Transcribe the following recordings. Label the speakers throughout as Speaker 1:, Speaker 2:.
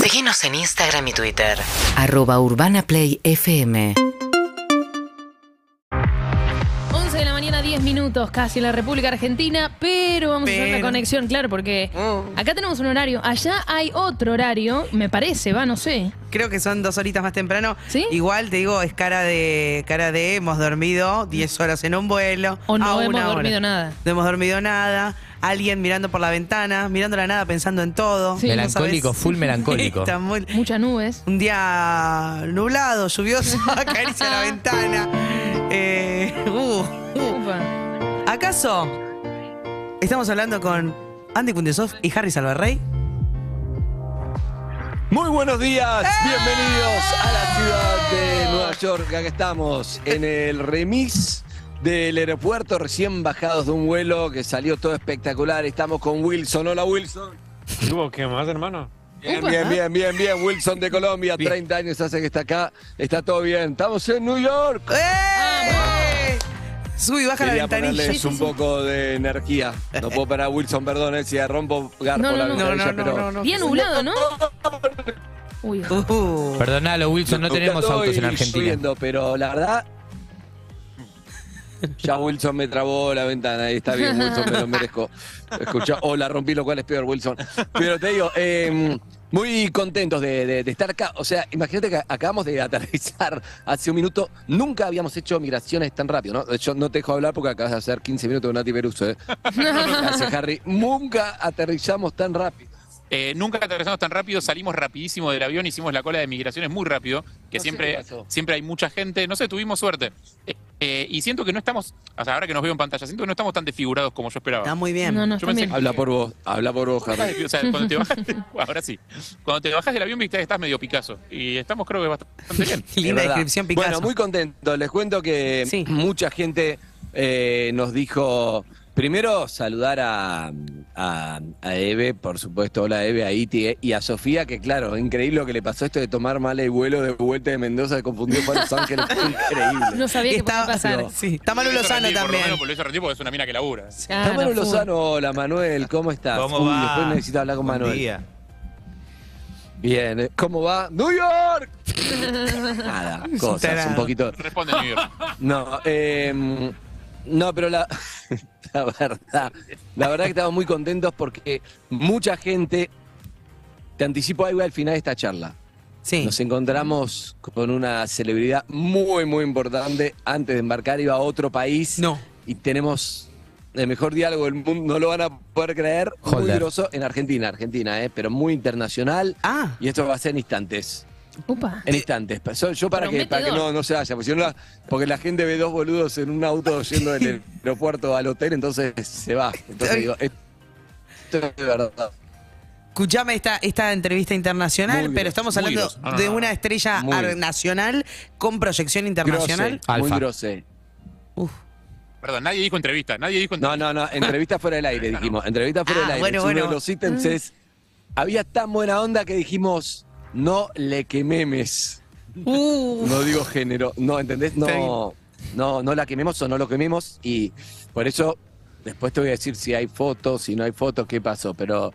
Speaker 1: Seguinos en Instagram y Twitter.
Speaker 2: Arroba Urbana Play FM.
Speaker 3: 11 de la mañana, 10 minutos casi en la República Argentina, pero vamos a hacer la
Speaker 4: Pero.
Speaker 3: conexión, claro, porque
Speaker 4: Mm.
Speaker 3: acá tenemos un horario, allá hay otro horario, me parece, va, no sé.
Speaker 4: Creo que son dos horitas más temprano.
Speaker 3: ¿Sí?
Speaker 4: Igual te digo, es cara de cara de hemos dormido 10 horas en un vuelo.
Speaker 3: Mm. O no
Speaker 4: a
Speaker 3: hemos
Speaker 4: Ah, una hora.
Speaker 3: dormido nada.
Speaker 4: No hemos dormido nada. Alguien mirando por la ventana, mirando la nada, pensando en todo.
Speaker 3: Sí.
Speaker 4: No
Speaker 5: Melancólico,
Speaker 4: sabes.
Speaker 5: full melancólico.
Speaker 4: Está muy-
Speaker 3: Muchas nubes.
Speaker 4: Un día nublado, lluvioso, acaricia la ventana. Eh, uh, uh.
Speaker 3: Upa.
Speaker 4: ¿Acaso estamos hablando con Andy Kundesov y Harry Salvarrey?
Speaker 6: Muy buenos días,
Speaker 4: ¡Eh!
Speaker 6: bienvenidos a la ciudad de Nueva York. Acá estamos en el remix del aeropuerto, recién bajados de un vuelo que salió todo espectacular. Estamos con Wilson. Hola Wilson.
Speaker 7: ¿Tuvo qué más, hermano?
Speaker 6: Bien,
Speaker 3: Upa.
Speaker 4: ¿eh?
Speaker 6: bien, bien, bien, bien. Wilson de Colombia, 30 años hace que está acá. Está todo bien. Estamos en New York.
Speaker 4: ¡Eh! Sube y baja la
Speaker 6: Quería
Speaker 4: ventanilla.
Speaker 6: ponerles un poco de energía. No puedo parar, Wilson, perdón, eh, si rompo garpo
Speaker 3: No, no,
Speaker 6: la
Speaker 3: no.
Speaker 4: No,
Speaker 6: ventanilla,
Speaker 4: no, no,
Speaker 6: pero
Speaker 4: no, no.
Speaker 3: Día nublado, ¿no? Uy,
Speaker 4: Uh.
Speaker 5: Perdonalo, Wilson, no
Speaker 6: Nunca
Speaker 5: tenemos
Speaker 6: estoy
Speaker 5: autos en Argentina.
Speaker 6: subiendo, pero la verdad. Ya Wilson me trabó la ventana y está bien, Wilson, me lo merezco. Escucha, o la rompí, lo cual es peor, Wilson. Pero te digo, eh, muy contentos de, de- de estar acá. O sea, imagínate que acabamos de aterrizar hace un minuto. Nunca habíamos hecho migraciones tan rápido, ¿no? De hecho, no te dejo hablar porque acabas de hacer 15 minutos de Nati Peruso, ¿eh? Gracias, Harry. Nunca aterrizamos tan rápido.
Speaker 8: Eh, nunca aterrizamos tan rápido, salimos rapidísimo del avión, hicimos la cola de migraciones muy rápido, que
Speaker 6: No sé qué
Speaker 8: siempre,
Speaker 6: pasó.
Speaker 8: siempre hay mucha gente, no sé, tuvimos suerte. Eh, eh, y siento que no estamos, o sea, ahora que nos veo en pantalla, siento que no estamos tan desfigurados como yo esperaba.
Speaker 4: Está muy bien.
Speaker 3: no, no,
Speaker 8: Yo
Speaker 3: está
Speaker 8: pensé
Speaker 3: bien.
Speaker 6: Habla por vos, habla por vos, Harry.
Speaker 8: O sea, cuando te bajas, ahora sí, cuando te bajas del avión, viste, estás medio Picasso. Y estamos creo que bastante bien.
Speaker 4: Qué Linda
Speaker 6: Es verdad.
Speaker 4: descripción, Picasso.
Speaker 6: Bueno, muy contento. Les cuento que
Speaker 4: Sí.
Speaker 6: mucha gente eh, nos dijo. Primero, saludar a, a, a Eve, por supuesto. Hola, Eve, a Iti eh, y a Sofía, que claro, increíble lo que le pasó esto de tomar mal el vuelo de vuelta de Mendoza, que confundió con Los Ángeles. Fue increíble.
Speaker 3: No sabía que podía pasar.
Speaker 4: Sí, está Manu
Speaker 8: Lo hizo
Speaker 4: Lozano
Speaker 8: rendir, por lo
Speaker 4: también.
Speaker 8: menos, Lo hizo rendir porque es una mina que labura.
Speaker 3: Claro,
Speaker 6: Está Manuel
Speaker 3: full.
Speaker 6: Lozano. Hola, Manuel, ¿cómo estás?
Speaker 9: ¿Cómo
Speaker 6: Uy,
Speaker 9: va?
Speaker 6: Después necesito hablar con
Speaker 9: Buen
Speaker 6: Manuel.
Speaker 9: día.
Speaker 6: Bien, ¿eh? ¿cómo va? ¡New York! Nada, cosas,
Speaker 4: tarado.
Speaker 6: un poquito.
Speaker 8: Responde, New York.
Speaker 6: No, eh, no, pero la, la verdad, la verdad que estamos muy contentos porque mucha gente, te anticipo algo al final de esta charla.
Speaker 4: Sí.
Speaker 6: Nos encontramos con una celebridad muy, muy importante. Antes de embarcar iba a otro país
Speaker 4: No.
Speaker 6: y tenemos el mejor diálogo del mundo, no lo van a poder creer, muy
Speaker 5: Holder.
Speaker 6: grosso en Argentina, Argentina, eh, pero muy internacional.
Speaker 4: Ah,
Speaker 6: Y esto va a ser en instantes.
Speaker 3: Upa.
Speaker 6: En instantes. Pa- so- Yo para que, para que
Speaker 3: Prometedor.
Speaker 6: no, no se vaya, porque, si no la- porque la gente ve dos boludos en un auto yendo del aeropuerto al hotel, entonces se va. Entonces digo, esto es de verdad.
Speaker 4: escuchame esta, esta entrevista internacional,
Speaker 6: Muy grosso,
Speaker 4: pero estamos
Speaker 8: muy
Speaker 4: hablando
Speaker 8: grosso. No, no,
Speaker 4: de
Speaker 8: no, no.
Speaker 4: una estrella
Speaker 6: Muy.
Speaker 4: ar- nacional con proyección internacional.
Speaker 6: Grose, muy
Speaker 5: Alfa.
Speaker 6: grose.
Speaker 4: Uf.
Speaker 8: Perdón, nadie dijo entrevista, nadie dijo
Speaker 6: No,
Speaker 8: entrevista.
Speaker 6: no, no, entrevista fuera del aire, dijimos. Entrevista fuera
Speaker 4: Ah,
Speaker 6: del aire.
Speaker 4: bueno,
Speaker 6: Es uno de
Speaker 4: bueno. Mm.
Speaker 6: los ítems es, había tan buena onda que dijimos, no le quememes.
Speaker 4: Uh,
Speaker 6: No digo género, no, ¿entendés? No, no, no la quememos o no lo quememos y por eso después te voy a decir si hay fotos, si no hay fotos, qué pasó, pero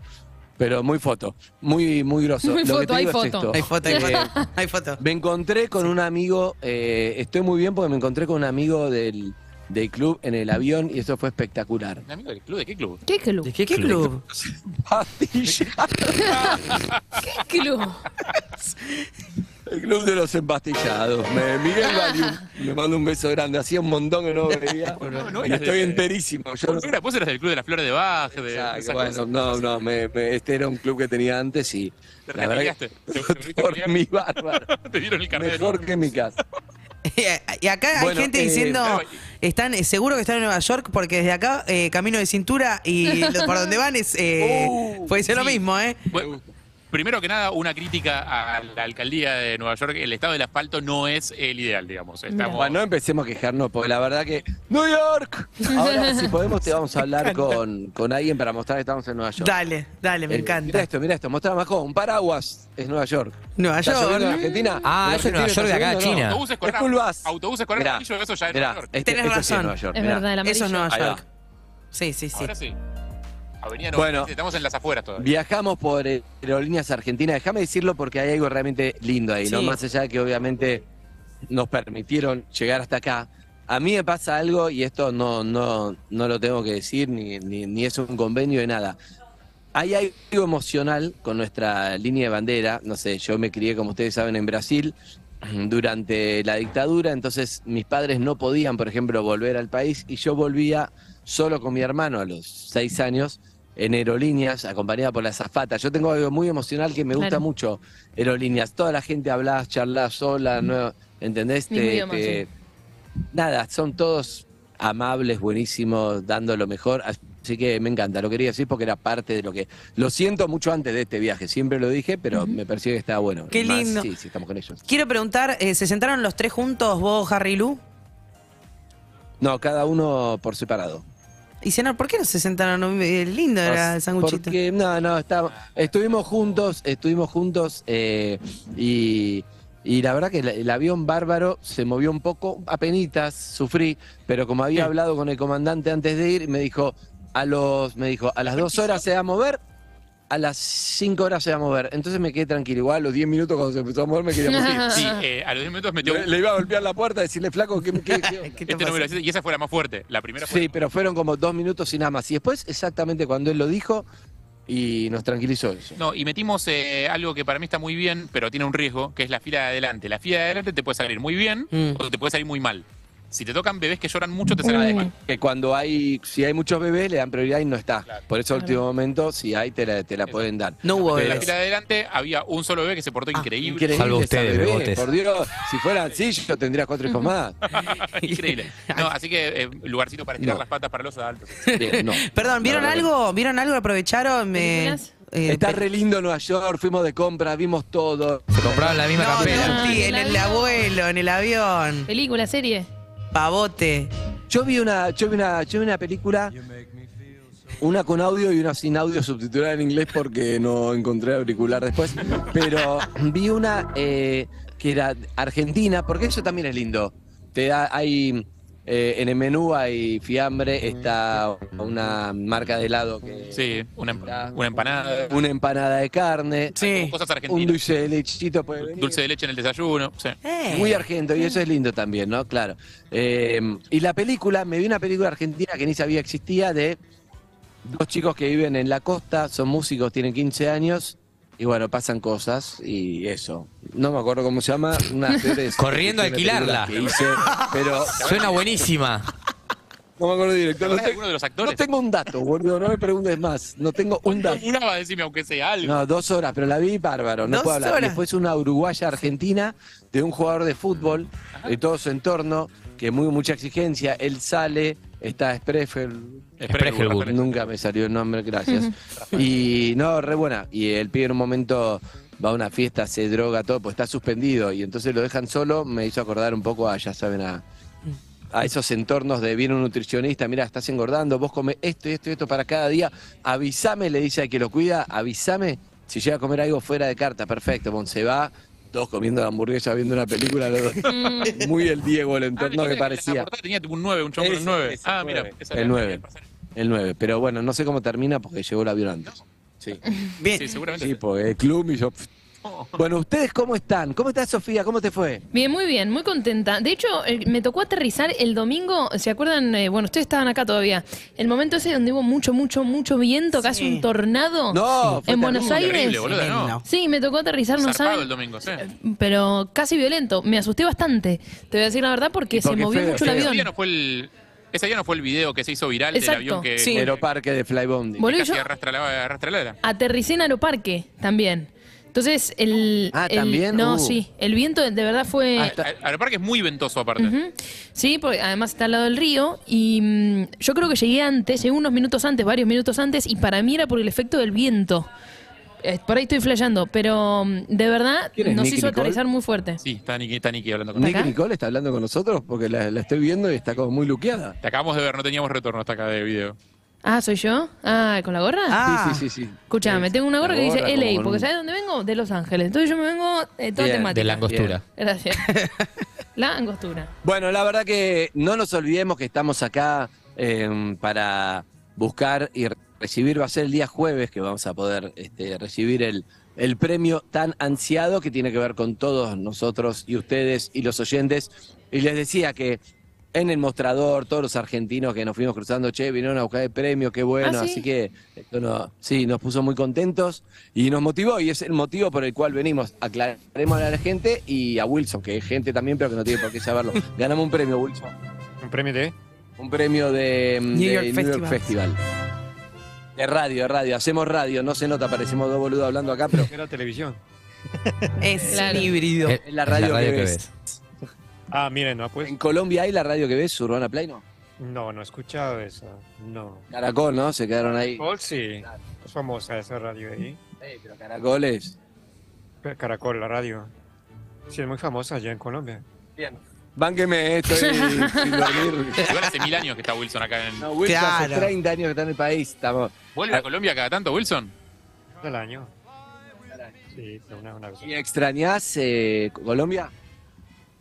Speaker 6: pero muy foto, muy muy grosso.
Speaker 3: Muy
Speaker 6: Lo que
Speaker 3: foto,
Speaker 6: te
Speaker 3: hay
Speaker 6: digo es
Speaker 3: foto.
Speaker 6: esto.
Speaker 4: hay foto, hay
Speaker 6: Eh,
Speaker 4: foto. Hay foto.
Speaker 6: me encontré con un amigo, eh, estoy muy bien porque me encontré con un amigo del, del club en el avión y eso fue espectacular.
Speaker 8: ¿Un amigo del club? ¿De qué club?
Speaker 3: ¿Qué club?
Speaker 4: ¿De qué, qué club?
Speaker 3: ¿Qué club?
Speaker 6: El club de los empastillados. Me, Miguel Valium, me mando un beso grande. Hacía un montón que no veía.
Speaker 8: no
Speaker 6: y
Speaker 8: eras
Speaker 6: estoy
Speaker 8: de-
Speaker 6: enterísimo. Yo no-
Speaker 8: Porque vos eras del club de las flores de Bach, de
Speaker 6: Exacto,
Speaker 8: esas
Speaker 6: bueno,
Speaker 8: cosas.
Speaker 6: no, no, me- me- este era un club que tenía antes y
Speaker 8: Te
Speaker 6: la verdad que
Speaker 8: retiraste. Te- te fuiste a
Speaker 6: por
Speaker 8: pelear.
Speaker 6: mi bárbaro,
Speaker 8: Te dieron el carnet.
Speaker 6: mejor que mi casa.
Speaker 4: y acá
Speaker 6: Bueno,
Speaker 4: hay gente
Speaker 6: eh,
Speaker 4: diciendo,
Speaker 8: pero-
Speaker 4: están, eh, seguro que están en Nueva York porque desde acá, eh, camino de cintura y lo- por donde van es, eh,
Speaker 6: Uh,
Speaker 4: puede ser lo
Speaker 8: sí.
Speaker 4: mismo, ¿eh?
Speaker 8: Bueno, primero que nada, una crítica a la alcaldía de Nueva York. El estado del asfalto no es el ideal, digamos. Estamos,
Speaker 6: Bueno, no empecemos a quejarnos porque la verdad que ¡New York! Ahora, si podemos, te vamos a hablar con, con alguien para mostrar que estamos en Nueva York. Eh,
Speaker 4: Dale, dale, me
Speaker 6: Mira
Speaker 4: encanta.
Speaker 6: esto, mira esto, mostra más con un paraguas es Nueva York.
Speaker 4: Nueva
Speaker 6: ¿Está
Speaker 4: York.
Speaker 6: lloviendo en Argentina?
Speaker 5: Ah,
Speaker 6: ¿En
Speaker 5: eso es Nueva
Speaker 6: Argentina
Speaker 5: York de
Speaker 6: está
Speaker 5: acá a
Speaker 6: lloviendo?
Speaker 5: China.
Speaker 8: autobuses con
Speaker 6: Es full bus.
Speaker 8: autobuses con
Speaker 6: Mirá,
Speaker 8: amarillo, eso ya es
Speaker 6: mirá,
Speaker 8: Nueva York.
Speaker 6: este-
Speaker 4: Tenés
Speaker 6: esto sí
Speaker 4: razón.
Speaker 6: Nueva York,
Speaker 3: Es
Speaker 6: mirá.
Speaker 3: verdad, el
Speaker 4: Eso es
Speaker 3: amarillo.
Speaker 4: Nueva
Speaker 6: Ahí va.
Speaker 4: York. Sí, sí, sí.
Speaker 8: Ahora sí. Avenida
Speaker 6: Bueno.
Speaker 8: 97, estamos en las afueras todavía.
Speaker 6: Viajamos por eh, aerolíneas argentinas. Déjame decirlo porque hay algo realmente lindo ahí, ¿no?
Speaker 4: Sí.
Speaker 6: Más allá de que obviamente nos permitieron llegar hasta acá. A mí me pasa algo, y esto no, no, no lo tengo que decir, ni, ni, ni es un convenio de nada. Hay algo emocional con nuestra línea de bandera. No sé, yo me crié, como ustedes saben, en Brasil durante la dictadura, entonces mis padres no podían, por ejemplo, volver al país y yo volvía solo con mi hermano a los seis años en aerolíneas, acompañada por la azafata. Yo tengo algo muy emocional que me gusta
Speaker 3: Claro.
Speaker 6: mucho, aerolíneas. Toda la gente habla, charla sola, no, ¿entendés? Este,
Speaker 3: Mismo idioma,
Speaker 6: Te- te- Nada, son todos amables, buenísimos, dando lo mejor. Así que me encanta, lo quería decir porque era parte de lo que... Lo siento mucho antes de este viaje, siempre lo dije, pero me pareció que estaba bueno.
Speaker 4: Qué
Speaker 6: Y más,
Speaker 4: lindo.
Speaker 6: Sí, sí, estamos con ellos.
Speaker 4: Quiero preguntar, eh, ¿se sentaron los tres juntos, vos, Harry y Lu?
Speaker 6: No, cada uno por separado.
Speaker 4: Y cenar, ¿por qué no se sentaron? Eh, Lindo era el sanguchito.
Speaker 6: Porque, no, no, está- estuvimos juntos, estuvimos juntos eh, y, y la verdad que el, el avión bárbaro se movió un poco, apenitas, sufrí, pero como había hablado con el comandante antes de ir, me dijo, a los, me dijo, a las dos horas se va a mover. A las cinco horas se va a mover. Entonces me quedé tranquilo. Igual a los 10 minutos cuando se empezó a mover me quería morir.
Speaker 8: Sí, eh, a los 10 minutos metió
Speaker 6: Le, le iba a golpear la puerta, decirle, flaco, que
Speaker 4: ¿Qué te
Speaker 8: este
Speaker 4: pasa?
Speaker 8: número 7 y esa fue la más fuerte. La primera fue.
Speaker 6: Sí, pero fueron como dos minutos y nada más. Y después, exactamente cuando él lo dijo, y nos tranquilizó eso.
Speaker 8: No, y metimos eh, algo que para mí está muy bien, pero tiene un riesgo, que es la fila de adelante. La fila de adelante te puede salir muy bien
Speaker 4: Mm.
Speaker 8: o te puede salir muy mal. Si te tocan bebés que lloran mucho, te
Speaker 4: Uh,
Speaker 8: salen mal.
Speaker 6: Que cuando hay, si hay muchos bebés, le dan prioridad y no está. Por eso, último momento, si hay, te la, te la pueden dar.
Speaker 4: No hubo
Speaker 8: En la
Speaker 4: bebés.
Speaker 8: fila de adelante había un solo bebé que se portó
Speaker 4: Ah,
Speaker 8: increíble.
Speaker 6: Increíble
Speaker 5: Salvo
Speaker 6: esa
Speaker 5: ustedes,
Speaker 6: bebé,
Speaker 5: bebotes.
Speaker 6: Por Dios, si fueran así, yo tendría cuatro hijos más.
Speaker 8: Increíble. No, así que eh, lugarcito para estirar
Speaker 6: No.
Speaker 8: las patas para los adultos.
Speaker 6: Bien, no.
Speaker 4: Perdón, ¿vieron
Speaker 6: La verdad
Speaker 4: algo? ¿Vieron algo? ¿Aprovecharon? Me,
Speaker 3: ¿Películas?
Speaker 4: eh,
Speaker 6: Está
Speaker 4: pe-
Speaker 6: re lindo Nueva York, fuimos de compra, vimos todo.
Speaker 5: Se compraban la misma
Speaker 4: No,
Speaker 5: campera.
Speaker 4: Tuti, en el abuelo, en el avión.
Speaker 3: Película, serie.
Speaker 4: Pavote.
Speaker 6: Yo vi una, yo vi una, yo vi una película, una con audio y una sin audio subtitulada en inglés porque no encontré auricular después. Pero vi una eh, que era argentina, porque eso también es lindo. Te da, hay eh, en el menú hay fiambre, está una marca de helado que
Speaker 8: Sí, una, emp- una empanada,
Speaker 6: una empanada de carne,
Speaker 4: Sí.
Speaker 8: cosas
Speaker 6: un
Speaker 8: argentinas.
Speaker 6: dulce de lechito puede venir.
Speaker 8: Dulce de leche en el desayuno. sí.
Speaker 4: Eh.
Speaker 6: Muy argento, y eso es lindo también, ¿no? Claro. Eh, y la película, me vi una película argentina que ni sabía existía de dos chicos que viven en la costa, son músicos, tienen 15 años, y bueno, pasan cosas, y eso. No me acuerdo cómo se llama, una serie de-
Speaker 5: Corriendo a alquilarla.
Speaker 6: que hice, pero
Speaker 5: Suena buenísima.
Speaker 6: no me acuerdo directo. No,
Speaker 8: ¿Alguno
Speaker 6: tengo-
Speaker 8: de los
Speaker 6: no
Speaker 8: actores?
Speaker 6: tengo un dato, boludo, no me preguntes más, no tengo un dato.
Speaker 8: Una decime aunque sea algo. Ah,
Speaker 6: No, dos horas, pero la vi bárbaro, no
Speaker 4: Dos
Speaker 6: puedo hablar. Y
Speaker 4: horas.
Speaker 6: Después una uruguaya argentina de un jugador de fútbol, de todo su entorno, que muy mucha exigencia. Él sale, está Spreffel,
Speaker 5: Spregelwood.
Speaker 6: nunca me salió el nombre, gracias. y no, re buena. Y el pibe en un momento va a una fiesta, se droga, todo, pues está suspendido. Y entonces lo dejan solo, me hizo acordar un poco a, ya saben, a, a esos entornos de viene un nutricionista, mira, estás engordando, vos come esto y esto y esto para cada día, avísame, le dice al que lo cuida, avísame si llega a comer algo fuera de carta, perfecto, bon, se va, todos comiendo la hamburguesa, viendo una película, los dos. muy el Diego, el
Speaker 8: Ah,
Speaker 6: entorno
Speaker 8: yo
Speaker 6: que
Speaker 8: sabía la
Speaker 6: parecía.
Speaker 8: portada tenía tipo un 9, un chongo
Speaker 6: Ese,
Speaker 8: un 9.
Speaker 6: ese,
Speaker 8: Ah,
Speaker 6: el
Speaker 8: mira,
Speaker 6: nueve.
Speaker 8: esa
Speaker 6: El
Speaker 8: era la
Speaker 6: nueve.
Speaker 8: que pasaba.
Speaker 6: El 9, pero bueno, no sé cómo termina porque llegó el avión antes. Sí,
Speaker 4: Bien.
Speaker 8: Sí, seguramente.
Speaker 6: sí, porque el club y yo... Bueno, ¿ustedes cómo están? ¿Cómo estás, Sofía? ¿Cómo te fue?
Speaker 3: Bien, muy bien, muy contenta. De hecho, eh, me tocó aterrizar el domingo, ¿se acuerdan? Eh, bueno, ustedes estaban acá todavía. El momento ese donde hubo mucho, mucho, mucho viento, casi un tornado.
Speaker 6: No, fue
Speaker 3: en Buenos
Speaker 6: terrible,
Speaker 3: Aires.
Speaker 8: Terrible, boludo,
Speaker 4: Tremendo.
Speaker 8: ¿no?
Speaker 3: Sí, me tocó aterrizar, no
Speaker 8: Zarpado
Speaker 3: saben.
Speaker 8: el domingo, sí.
Speaker 3: Pero casi violento. Me asusté bastante. Te voy a decir la verdad porque,
Speaker 6: porque
Speaker 3: se movió
Speaker 6: feo,
Speaker 3: mucho
Speaker 6: feo.
Speaker 3: el
Speaker 8: Ese
Speaker 3: avión.
Speaker 8: día, no fue el, ese día no fue el video que se hizo viral
Speaker 3: Exacto.
Speaker 8: del avión que,
Speaker 4: Sí.
Speaker 8: que
Speaker 6: Aeroparque de Flybondi.
Speaker 3: Boludo,
Speaker 8: casi
Speaker 3: yo-
Speaker 8: arrastra la, arrastra la ladera.
Speaker 3: aterricé en Aeroparque también. Entonces, el.
Speaker 6: Ah,
Speaker 3: el-
Speaker 6: ¿también?
Speaker 3: No,
Speaker 6: Uh.
Speaker 3: sí. El viento de de verdad fue.
Speaker 6: Ah, está-
Speaker 8: A- Aeroparque es muy ventoso aparte.
Speaker 3: Ujú. Sí, porque además está al lado del río y mm, yo creo que llegué antes, llegué unos minutos antes, varios minutos antes y para mí era por el efecto del viento. Eh, Por ahí estoy flayando, pero mm, de verdad
Speaker 6: ¿Quién es,
Speaker 3: nos
Speaker 6: Nicky
Speaker 3: hizo
Speaker 6: Nicole?
Speaker 3: aterrizar muy fuerte.
Speaker 8: Sí, está Niki, está Niki hablando con
Speaker 3: Ni-
Speaker 6: Nick
Speaker 3: acá?
Speaker 6: Nicole está hablando con nosotros porque la, la estoy viendo y está como muy luqueada.
Speaker 8: Te acabamos de ver, no teníamos retorno hasta acá de video.
Speaker 3: Ah, ¿soy yo? Ah, ¿con la gorra?
Speaker 4: Ah,
Speaker 6: Sí, sí, sí, sí.
Speaker 3: Escuchame, tengo una gorra
Speaker 6: La
Speaker 3: que dice
Speaker 6: gorra como
Speaker 3: LA,
Speaker 6: con
Speaker 3: porque
Speaker 6: un-
Speaker 3: ¿sabes dónde vengo? De Los Ángeles. Entonces yo me vengo eh, toda
Speaker 6: Bien,
Speaker 3: temática.
Speaker 5: De la angostura.
Speaker 3: Gracias. la angostura.
Speaker 6: Bueno, la verdad que no nos olvidemos que estamos acá eh, para em, buscar y recibir, va a ser el día jueves que vamos a poder este, recibir el, el premio tan ansiado que tiene que ver con todos nosotros y ustedes y los oyentes. Y les decía que en el mostrador, todos los argentinos que nos fuimos cruzando, che, vinieron a buscar el premio, qué bueno,
Speaker 3: ¿Ah, sí?
Speaker 6: así que esto no- sí, nos puso muy contentos y nos motivó y es el motivo por el cual venimos. Aclaremos a la gente y a Wilson, que es gente también, pero que no tiene por qué saberlo. Ganamos un premio, Wilson.
Speaker 7: ¿Un premio de?
Speaker 6: Un premio de mm,
Speaker 4: New
Speaker 6: de
Speaker 4: York Festival.
Speaker 6: Festival. De radio, de radio. Hacemos radio, no se nota, parecemos dos boludos hablando acá, pero
Speaker 7: Era televisión.
Speaker 4: Es
Speaker 3: Claro.
Speaker 4: un híbrido.
Speaker 5: Es
Speaker 6: es la radio, que, ves.
Speaker 7: Ah, miren, no, pues.
Speaker 6: En Colombia hay la radio que ves, Urbana Play, ¿no?
Speaker 7: No, no he escuchado eso. No.
Speaker 6: Caracol, ¿no? Se quedaron ahí.
Speaker 7: Caracol, sí. Es famosa esa radio ahí.
Speaker 6: Eh, pero Caracoles.
Speaker 7: Pe- Caracol, la radio. Sí, es muy famosa allá en Colombia.
Speaker 6: Bánqueme, estoy sin dormir.
Speaker 8: Igual hace mil años que está Wilson acá en.
Speaker 6: No, Wilson, hace
Speaker 4: Claro.
Speaker 6: 30 años que está en el país. Estamos.
Speaker 7: Ah.
Speaker 8: ¿Vuelve a Colombia cada tanto, Wilson?
Speaker 7: Del año. Sí, de una, una cosa.
Speaker 6: ¿Y extrañás eh, Colombia?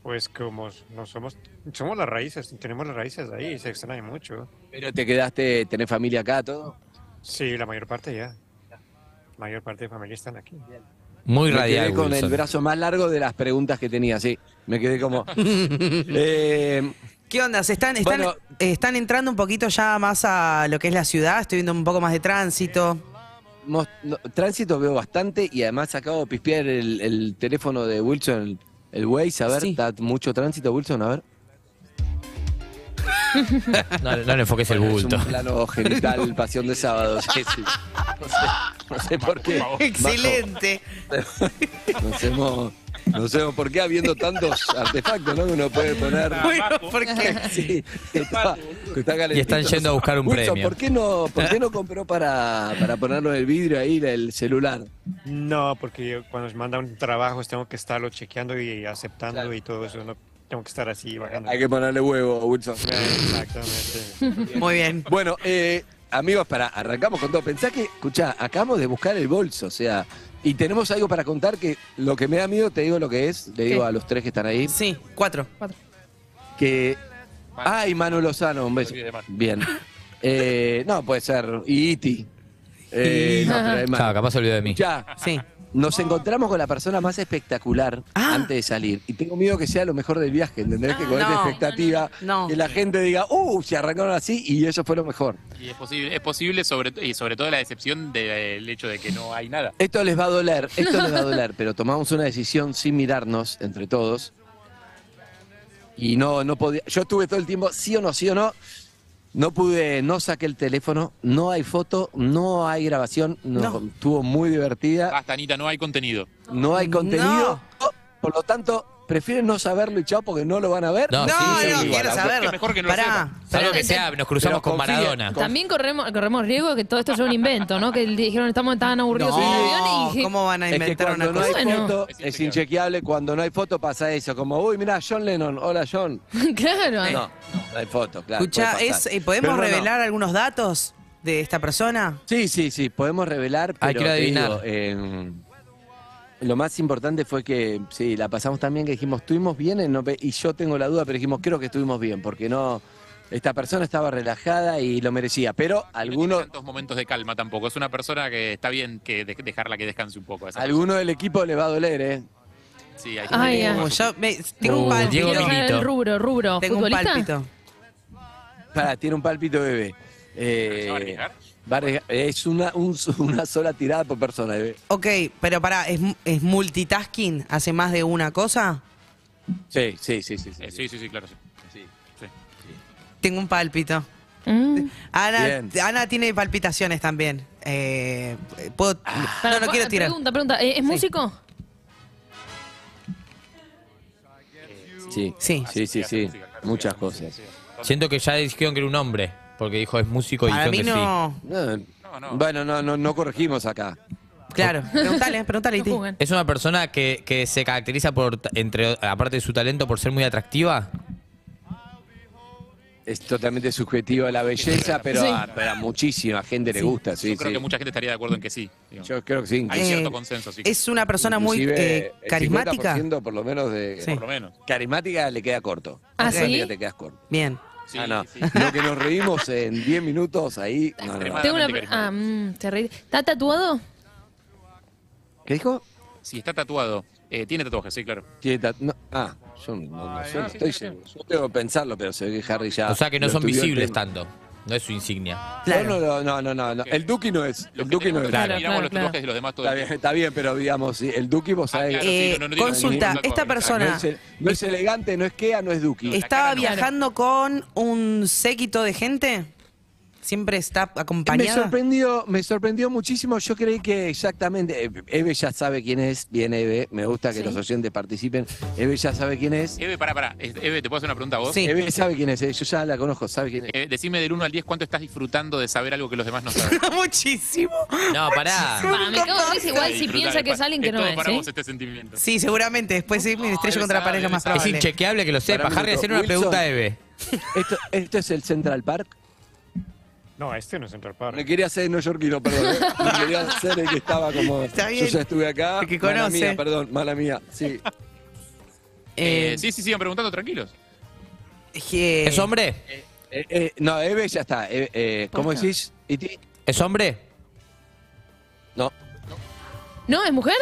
Speaker 7: Pues como no somos, somos las raíces, tenemos las raíces de ahí, se extraña mucho.
Speaker 6: ¿Pero te quedaste, tenés familia acá, todo?
Speaker 7: Sí, la mayor parte ya. La mayor parte de familia están aquí.
Speaker 5: Muy
Speaker 6: me
Speaker 5: radial.
Speaker 6: quedé con el
Speaker 5: Wilson.
Speaker 6: brazo más largo de las preguntas que tenía, sí. Me quedé como. eh,
Speaker 4: ¿Qué onda? ¿Se están, están,
Speaker 6: Bueno.
Speaker 4: eh, están entrando un poquito ya más a lo que es la ciudad? Estoy viendo un poco más de tránsito.
Speaker 6: mos- no, tránsito veo bastante y además acabo de pispear el, el teléfono de Wilson, el, el Waze. A ver,
Speaker 4: Sí.
Speaker 6: ¿está mucho tránsito, Wilson? A ver.
Speaker 5: No, no le enfoques el
Speaker 6: Bueno,
Speaker 5: bulto.
Speaker 6: Es un plano genital, pasión de sábado. sí, sí. No, sé, no sé por qué. Bajo.
Speaker 4: Excelente.
Speaker 6: No sé, mo- no sé por qué habiendo tantos artefactos, ¿no? Que uno puede poner.
Speaker 4: Bueno, porque
Speaker 6: Sí, está- está calentito.
Speaker 5: Y están yendo a buscar un
Speaker 6: Wilson,
Speaker 5: premio.
Speaker 6: ¿por qué no, por qué no compró para, para ponerlo en el vidrio ahí el celular?
Speaker 7: No, porque yo cuando me mandan trabajos tengo que estarlo chequeando y aceptando
Speaker 6: Claro.
Speaker 7: y todo eso. No tengo que estar así bajando.
Speaker 6: Hay que ponerle huevo, Wilson.
Speaker 7: Exactamente.
Speaker 4: Muy bien.
Speaker 6: Bueno, eh, amigos, para arrancamos con todo. Pensá que, escuchá, acabamos de buscar el bolso, o sea, y tenemos algo para contar que lo que me da miedo, te digo lo que es, le digo
Speaker 3: ¿Qué?
Speaker 6: a los tres que están ahí,
Speaker 4: Sí, cuatro.
Speaker 6: que... Ay, Manu Lozano, un beso.
Speaker 8: Me olvidé de Manu.
Speaker 6: Bien. Eh, no, puede ser. Y Iti. Eh, no, pero hay Manu.
Speaker 5: Claro, capaz se olvidó de mí.
Speaker 6: Escuchá,
Speaker 4: Sí.
Speaker 6: Nos encontramos con la persona más espectacular
Speaker 4: Ah.
Speaker 6: antes de salir. Y tengo miedo que sea lo mejor del viaje. Entendés que con
Speaker 4: No,
Speaker 6: esta expectativa,
Speaker 4: no, no.
Speaker 6: que la gente diga, uh, se arrancaron así y eso fue lo mejor.
Speaker 8: Y es posible, es posible sobre, y sobre todo la decepción del hecho de que no hay nada.
Speaker 6: Esto les va a doler, esto les va a doler, pero tomamos una decisión sin mirarnos entre todos. Y no, no podía. Yo estuve todo el tiempo, sí o no, sí o no. No pude, no saqué el teléfono, no hay foto, no hay grabación, no,
Speaker 4: No.
Speaker 6: estuvo muy divertida.
Speaker 8: Basta, Anita, no hay contenido.
Speaker 6: No hay
Speaker 4: No.
Speaker 6: contenido. Por lo tanto, prefieren no saberlo y chao porque no lo van a ver.
Speaker 4: No,
Speaker 5: No, sí, sí,
Speaker 4: no,
Speaker 5: igual,
Speaker 4: quiero
Speaker 5: aunque-
Speaker 4: saberlo.
Speaker 8: que mejor que no lo
Speaker 4: Pará.
Speaker 5: Salvo que sea, nos cruzamos
Speaker 6: Pero
Speaker 5: con
Speaker 6: confía.
Speaker 5: Maradona.
Speaker 3: También corremos, corremos riesgo que todo esto sea un invento, ¿no? Que dijeron estamos tan aburridos en el avión y dije,
Speaker 4: ¿Cómo van a
Speaker 6: Es que
Speaker 4: inventar
Speaker 6: cuando
Speaker 4: una
Speaker 6: no
Speaker 4: cosa?
Speaker 6: hay
Speaker 3: Bueno.
Speaker 6: foto
Speaker 8: Es
Speaker 6: es
Speaker 8: inchequeable.
Speaker 6: inchequeable. Cuando no hay foto pasa eso. Como, uy, mirá, John Lennon. Hola, John.
Speaker 3: claro.
Speaker 6: No, no hay foto, claro.
Speaker 4: Escucha,
Speaker 6: puede
Speaker 4: es,
Speaker 6: pasar.
Speaker 4: eh, ¿podemos
Speaker 6: Pero no, no.
Speaker 4: revelar algunos datos de esta persona?
Speaker 6: Sí, sí, sí, podemos revelar. Pero
Speaker 5: Hay que
Speaker 6: te
Speaker 5: adivinar.
Speaker 6: digo, eh, lo más importante fue que, sí, la pasamos tan bien que dijimos, estuvimos bien, en no pe- y yo tengo la duda, pero dijimos, creo que estuvimos bien, porque no. Esta persona estaba relajada y lo merecía, pero
Speaker 8: No
Speaker 6: alguno,
Speaker 8: tiene tantos momentos de calma tampoco. Es una persona que está bien que de- dejarla que descanse un poco. a esa
Speaker 6: alguno del equipo le va a doler, ¿eh?
Speaker 8: persona. Sí, hay
Speaker 3: Ay,
Speaker 8: gente que
Speaker 3: ah.
Speaker 8: no
Speaker 4: Como
Speaker 8: va a
Speaker 4: yo
Speaker 8: sufrir.
Speaker 4: me- tengo un
Speaker 5: Uh,
Speaker 4: pálpito.
Speaker 5: Diego
Speaker 3: Quiero saber
Speaker 5: Milito.
Speaker 3: el rubro, rubro.
Speaker 4: tengo un
Speaker 3: ¿Futbolista?
Speaker 4: pálpito.
Speaker 6: Para, tiene un palpito bebé. Eh,
Speaker 8: ¿Se va a arriesgar?
Speaker 6: va a arriesgar. es una, un- una sola tirada por persona, bebé.
Speaker 4: Ok, pero pará, ¿es, es multitasking? ¿Hace más de una cosa?
Speaker 6: Sí, sí, sí, sí. sí,
Speaker 8: Eh,
Speaker 6: sí.
Speaker 8: sí, sí, sí, claro. Sí. Sí, sí.
Speaker 4: Tengo un pálpito.
Speaker 3: Mm.
Speaker 4: Ana,
Speaker 6: Bien.
Speaker 4: Ana tiene palpitaciones también. Eh, puedo-
Speaker 6: Ah.
Speaker 3: Para-
Speaker 4: no, no quiero tirar. Ah,
Speaker 3: Pregunta, pregunta. ¿eh, ¿Es músico?
Speaker 6: Sí,
Speaker 4: Sí.
Speaker 6: sí, sí, sí. Muchas cosas.
Speaker 5: Siento que ya dijeron que era un hombre, porque dijo es músico y
Speaker 4: Para mí
Speaker 5: dijeron que
Speaker 4: no.
Speaker 6: No,
Speaker 8: No, no.
Speaker 6: Bueno, no, no, no corregimos acá.
Speaker 4: Claro, preguntale, preguntale.
Speaker 3: No
Speaker 4: Iti.
Speaker 3: juzguen.
Speaker 5: sí. Es una persona que, que se caracteriza por, t- entre aparte de su talento, por ser muy atractiva.
Speaker 6: Es totalmente subjetiva la belleza, pero
Speaker 3: Sí.
Speaker 6: a, pero a muchísima gente le gusta, sí,
Speaker 8: Yo creo
Speaker 6: sí.
Speaker 8: que mucha gente estaría de acuerdo en que sí. digamos.
Speaker 6: Yo creo que sí.
Speaker 8: Hay
Speaker 4: Eh,
Speaker 8: cierto consenso, sí.
Speaker 4: Es una persona muy
Speaker 6: Inclusive,
Speaker 4: eh,
Speaker 6: el
Speaker 4: carismática.
Speaker 6: 50% por lo menos de...
Speaker 4: Sí.
Speaker 8: Por lo menos.
Speaker 6: Carismática le queda corto.
Speaker 3: ¿Ah, sí?
Speaker 6: Carismática te quedas corto.
Speaker 4: Bien.
Speaker 8: Sí,
Speaker 6: Ah, no.
Speaker 8: sí.
Speaker 6: Lo que nos reímos en 10 minutos ahí. no, no, no.
Speaker 3: Tengo una.
Speaker 8: Extremadamente
Speaker 3: Ah, mm, te reí. ¿Está tatuado?
Speaker 6: ¿Qué dijo?
Speaker 8: Sí, está tatuado. Eh, tiene tatuajes, sí, claro.
Speaker 6: Quieta. no, ah, yo no, no, yo no estoy seguro. Yo tengo que pensarlo, pero se ve que Harry ya.
Speaker 5: O sea que no
Speaker 6: lo
Speaker 5: son
Speaker 6: estudió el
Speaker 5: visibles
Speaker 6: tema.
Speaker 5: tanto. No es su insignia.
Speaker 4: Claro.
Speaker 6: No, no, no, no, no, no. El Duki no es. El
Speaker 8: Los que
Speaker 6: Duki no
Speaker 8: tenemos
Speaker 6: es.
Speaker 8: tatuajes,
Speaker 3: Claro,
Speaker 8: miramos
Speaker 3: claro,
Speaker 8: los
Speaker 3: claro.
Speaker 8: tatuajes de los demás todo
Speaker 6: Está
Speaker 8: el
Speaker 6: bien,
Speaker 8: tiempo.
Speaker 6: está bien, pero digamos, Ah, sí, el Duki vos sabés.
Speaker 8: claro,
Speaker 4: Eh,
Speaker 8: sí, no, no digo
Speaker 4: consulta,
Speaker 8: ningún
Speaker 4: esta
Speaker 8: tatuaje,
Speaker 4: persona
Speaker 6: No es, no es elegante, no es Kea, no es Duki.
Speaker 8: Es-
Speaker 4: estaba
Speaker 8: cara no.
Speaker 4: viajando con un séquito de gente. Siempre está
Speaker 6: Me
Speaker 4: acompañada.
Speaker 6: sorprendió, me sorprendió muchísimo. Yo creí que exactamente. eh, Eve ya sabe quién es, bien Eve. Me gusta que
Speaker 3: Sí.
Speaker 6: los oyentes participen. Eve ya sabe quién es.
Speaker 8: Eve, pará, pará. Es- Eve, ¿te puedo hacer una pregunta a vos?
Speaker 4: Sí.
Speaker 6: Eve sabe quién es, eh, yo ya la conozco, sabe quién es.
Speaker 8: Eh, decime del 1 al 10 cuánto estás disfrutando de saber algo que los demás no saben.
Speaker 4: Muchísimo.
Speaker 5: No, pará.
Speaker 3: Bah, me cago en risa igual si
Speaker 8: Disfrutar,
Speaker 3: piensa que es
Speaker 8: pa-
Speaker 3: alguien que no
Speaker 8: todo
Speaker 3: es.
Speaker 8: para
Speaker 3: ¿eh?
Speaker 8: vos este sentimiento.
Speaker 4: Sí, seguramente. Después sí, me estrello
Speaker 8: él
Speaker 4: contra la
Speaker 8: sabe,
Speaker 4: pared lo
Speaker 8: él
Speaker 4: más
Speaker 8: sabe.
Speaker 5: Es
Speaker 4: probable.
Speaker 5: inchequeable que lo sepa.
Speaker 6: Pará un
Speaker 5: Harry,
Speaker 6: minuto.
Speaker 5: hacer una
Speaker 6: Wilson.
Speaker 5: pregunta a Eve.
Speaker 9: eh,
Speaker 6: Esto, esto es el Central Park.
Speaker 7: No, este no es Central
Speaker 6: Me
Speaker 7: Park.
Speaker 6: quería hacer neoyorquino, perdón. eh. Me quería hacer el que estaba como.
Speaker 4: Está bien.
Speaker 6: Yo ya estuve acá.
Speaker 4: El que
Speaker 6: Mala
Speaker 4: conoce.
Speaker 6: mía, perdón, mala mía. Sí.
Speaker 8: Eh,
Speaker 4: Eh,
Speaker 8: sí, sí, sigan preguntando, tranquilos.
Speaker 4: que-
Speaker 5: ¿Es hombre?
Speaker 6: Eh, eh, no, Eve ya está. Eve, eh, ¿Cómo decís? ¿Iti?
Speaker 5: ¿Es hombre?
Speaker 6: No.
Speaker 3: ¿No? ¿Es mujer?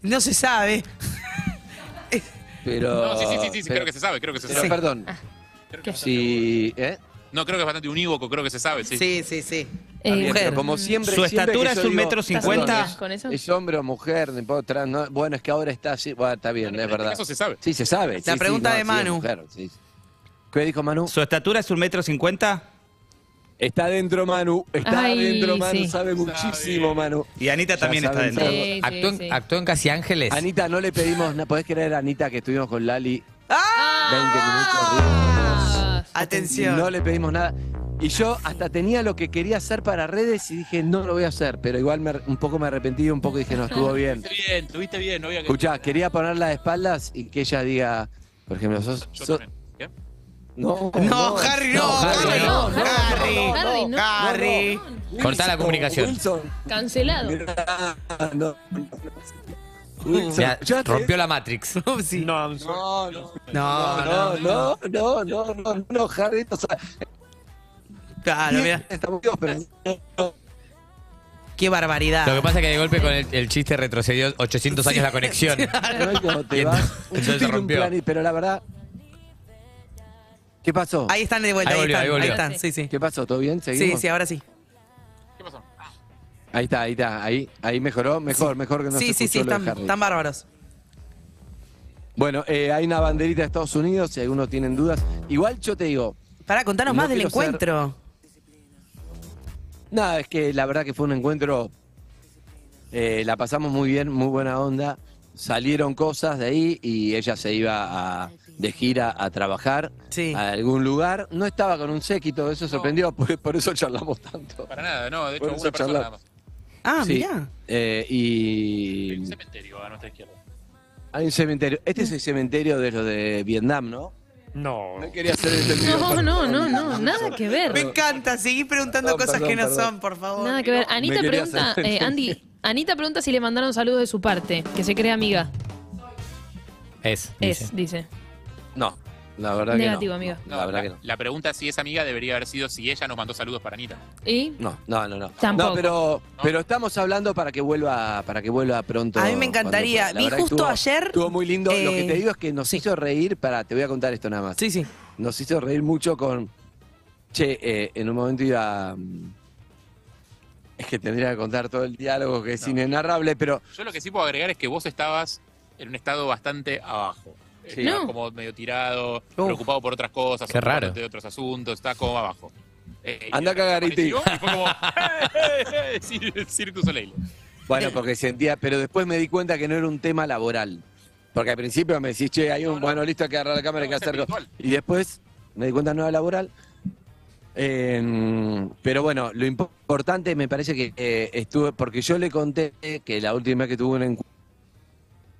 Speaker 4: No se sabe.
Speaker 6: Pero.
Speaker 8: No, sí, sí, sí, sí, sí,
Speaker 6: Oh, pero-
Speaker 8: creo que se sabe, creo que se
Speaker 6: pero
Speaker 8: sabe.
Speaker 6: perdón. Sí, ¿eh?
Speaker 8: No, creo que es bastante unívoco, creo que se sabe, sí.
Speaker 4: Sí, sí, sí.
Speaker 3: Eh,
Speaker 6: Está bien,
Speaker 4: mujer.
Speaker 6: pero como siempre.
Speaker 9: Su
Speaker 6: siempre
Speaker 9: estatura
Speaker 6: que yo
Speaker 9: es un
Speaker 6: digo,
Speaker 9: metro
Speaker 3: ¿Estás
Speaker 6: perdón,
Speaker 9: cincuenta.
Speaker 3: con eso?
Speaker 6: Es hombre o mujer, no puedo tra- no, bueno, es que ahora está así. Bueno, está bien, es verdad.
Speaker 8: Eso este se sabe.
Speaker 6: Sí, se sabe. sí, sí,
Speaker 4: pregunta de
Speaker 6: sí, es
Speaker 4: Manu.
Speaker 6: mujer, sí. ¿Qué dijo Manu?
Speaker 9: ¿Su estatura es un metro cincuenta?
Speaker 6: Está dentro Manu, está
Speaker 3: Ay,
Speaker 6: dentro Manu,
Speaker 3: sí.
Speaker 6: sabe muchísimo Manu.
Speaker 9: Y Anita
Speaker 6: Ya
Speaker 9: también está
Speaker 6: saben
Speaker 9: dentro.
Speaker 6: todo.
Speaker 3: Sí,
Speaker 5: ¿Actuó
Speaker 3: sí.
Speaker 5: en, actuó en Casi Ángeles?
Speaker 6: Anita, no le pedimos nada. ¿Podés creer, Anita, que estuvimos con Lali
Speaker 4: ¡Ah!
Speaker 6: 20 minutos riéndonos?
Speaker 4: Atención.
Speaker 6: No le pedimos nada. Y yo hasta tenía lo que quería hacer para redes y dije, no lo voy a hacer. Pero igual me- un poco me arrepentí, un poco dije, no estuvo bien.
Speaker 8: Estuviste bien, estuviste bien, no había que...
Speaker 6: Escuchá, quería ponerla de espaldas y que ella diga, por ejemplo, sos.
Speaker 8: Yo
Speaker 6: sos-
Speaker 8: también. ¿Bien?
Speaker 6: no,
Speaker 4: No, Harry, no, Harry, no, Harry,
Speaker 3: Harry, no.
Speaker 4: Harry.
Speaker 6: Wilson,
Speaker 5: Cortá la comunicación.
Speaker 6: Wilson,
Speaker 3: Cancelado.
Speaker 6: mirá, no, no. Wilson,
Speaker 5: Ya,
Speaker 6: ya te-
Speaker 5: rompió la Matrix.
Speaker 4: Sí.
Speaker 7: No, I'm sorry.
Speaker 6: No, no,
Speaker 4: No,
Speaker 6: no, no, no, no, no, no, Harry, o sea,
Speaker 4: Claro, Ah, mira.
Speaker 6: estamos todos, pero no.
Speaker 4: Qué barbaridad.
Speaker 5: Lo que pasa es que de golpe con el, el chiste retrocedió 800 años la conexión.
Speaker 6: No, y cuando te
Speaker 5: Y
Speaker 6: vas,
Speaker 5: entonces-
Speaker 6: un
Speaker 5: entonces
Speaker 6: tiro, un
Speaker 5: rompió.
Speaker 6: plan, y- pero la verdad. ¿Qué pasó?
Speaker 4: Ahí están de vuelta, ahí,
Speaker 5: Ahí volvió,
Speaker 4: están,
Speaker 5: ahí
Speaker 4: ahí,
Speaker 5: volvió.
Speaker 4: están, sí, sí.
Speaker 6: ¿Qué pasó? ¿Todo bien?
Speaker 4: Sí,
Speaker 6: ¿Seguimos?
Speaker 4: sí, ahora sí.
Speaker 8: ¿Qué pasó?
Speaker 6: Ahí está, ahí está, ahí, ahí mejoró, mejor, mejor que no
Speaker 4: sí,
Speaker 6: se
Speaker 4: sí, sí,
Speaker 6: escuchó lo de
Speaker 4: están,
Speaker 6: Harry.
Speaker 4: están bárbaros.
Speaker 6: Bueno, eh, hay una banderita de Estados Unidos, si algunos tienen dudas. Igual yo te digo,
Speaker 4: Pará, contanos
Speaker 6: No
Speaker 4: más del
Speaker 6: quiero ser-
Speaker 4: encuentro.
Speaker 6: nada, es que la verdad que fue un encuentro, eh, la pasamos muy bien, muy buena onda. Salieron cosas de ahí y ella se iba a- de gira a trabajar
Speaker 4: Sí.
Speaker 6: a algún lugar. No estaba con un séquito, eso sorprendió, por, por eso charlamos tanto.
Speaker 8: Para nada, no, de hecho,
Speaker 6: Bueno,
Speaker 8: una
Speaker 6: eso
Speaker 8: persona
Speaker 6: charla-
Speaker 8: nada más.
Speaker 4: Ah,
Speaker 6: Sí,
Speaker 4: mirá.
Speaker 6: eh, y
Speaker 8: Un cementerio a nuestra izquierda.
Speaker 6: hay un cementerio. Este es el cementerio de los de Vietnam, ¿no?
Speaker 7: No.
Speaker 6: No quería hacer este video,
Speaker 3: No,
Speaker 6: perdón.
Speaker 3: no, no, no. Nada que
Speaker 4: Me
Speaker 3: ver.
Speaker 4: encanta, seguí preguntando
Speaker 6: Perdón,
Speaker 4: cosas que no
Speaker 6: perdón, perdón.
Speaker 4: son, por favor.
Speaker 3: Nada que ver. Anita
Speaker 6: quería
Speaker 3: pregunta,
Speaker 6: hacer-
Speaker 3: eh, Andy, Anita pregunta si le mandaron saludos de su parte, que se cree amiga.
Speaker 5: Es. dice.
Speaker 3: Es, dice.
Speaker 6: No, la verdad
Speaker 3: Negativo,
Speaker 6: que no.
Speaker 3: amiga.
Speaker 6: No, la verdad que no.
Speaker 8: La pregunta si es amiga debería haber sido si ella nos mandó saludos para Anita.
Speaker 3: ¿Y?
Speaker 6: No, no, no, no.
Speaker 3: Tampoco.
Speaker 6: No, pero, pero estamos hablando para que vuelva, para que vuelva pronto.
Speaker 4: A mí me encantaría.
Speaker 6: cuando pueda. La
Speaker 4: Vi
Speaker 6: verdad que
Speaker 4: justo
Speaker 6: estuvo-
Speaker 4: ayer,
Speaker 6: Estuvo muy lindo. Lo que
Speaker 4: eh,
Speaker 6: te digo es que nos hizo reír para, te voy a contar esto nada más.
Speaker 4: Sí, sí.
Speaker 6: Nos hizo reír mucho con. Che, eh, en un momento iba. mm, Es que tendría que contar todo el diálogo que es inenarrable, pero
Speaker 8: Yo lo que sí puedo agregar es que vos estabas en un estado bastante abajo.
Speaker 6: Sí.
Speaker 8: Estabas
Speaker 3: No.
Speaker 8: como medio tirado, preocupado por otras cosas,
Speaker 5: Qué raro.
Speaker 8: ocupándote de otros asuntos, estabas como abajo. Eh,
Speaker 6: Anda
Speaker 8: y
Speaker 6: a cagar, Iti.
Speaker 8: apareció y fue como, ¡eh, eh, eh! Cir- Cirque du Soleil.
Speaker 6: Bueno, porque sentía, pero después me di cuenta que no era un tema laboral. Porque al principio me decís, che, hay un, bueno, listo, hay que agarrar la cámara, hay que
Speaker 8: No, es
Speaker 6: hacerlo.
Speaker 8: espiritual.
Speaker 6: Y después me di cuenta no era laboral. Eh, pero bueno, lo impo- importante me parece que eh, estuve, porque yo le conté que la última vez que tuve un encuentro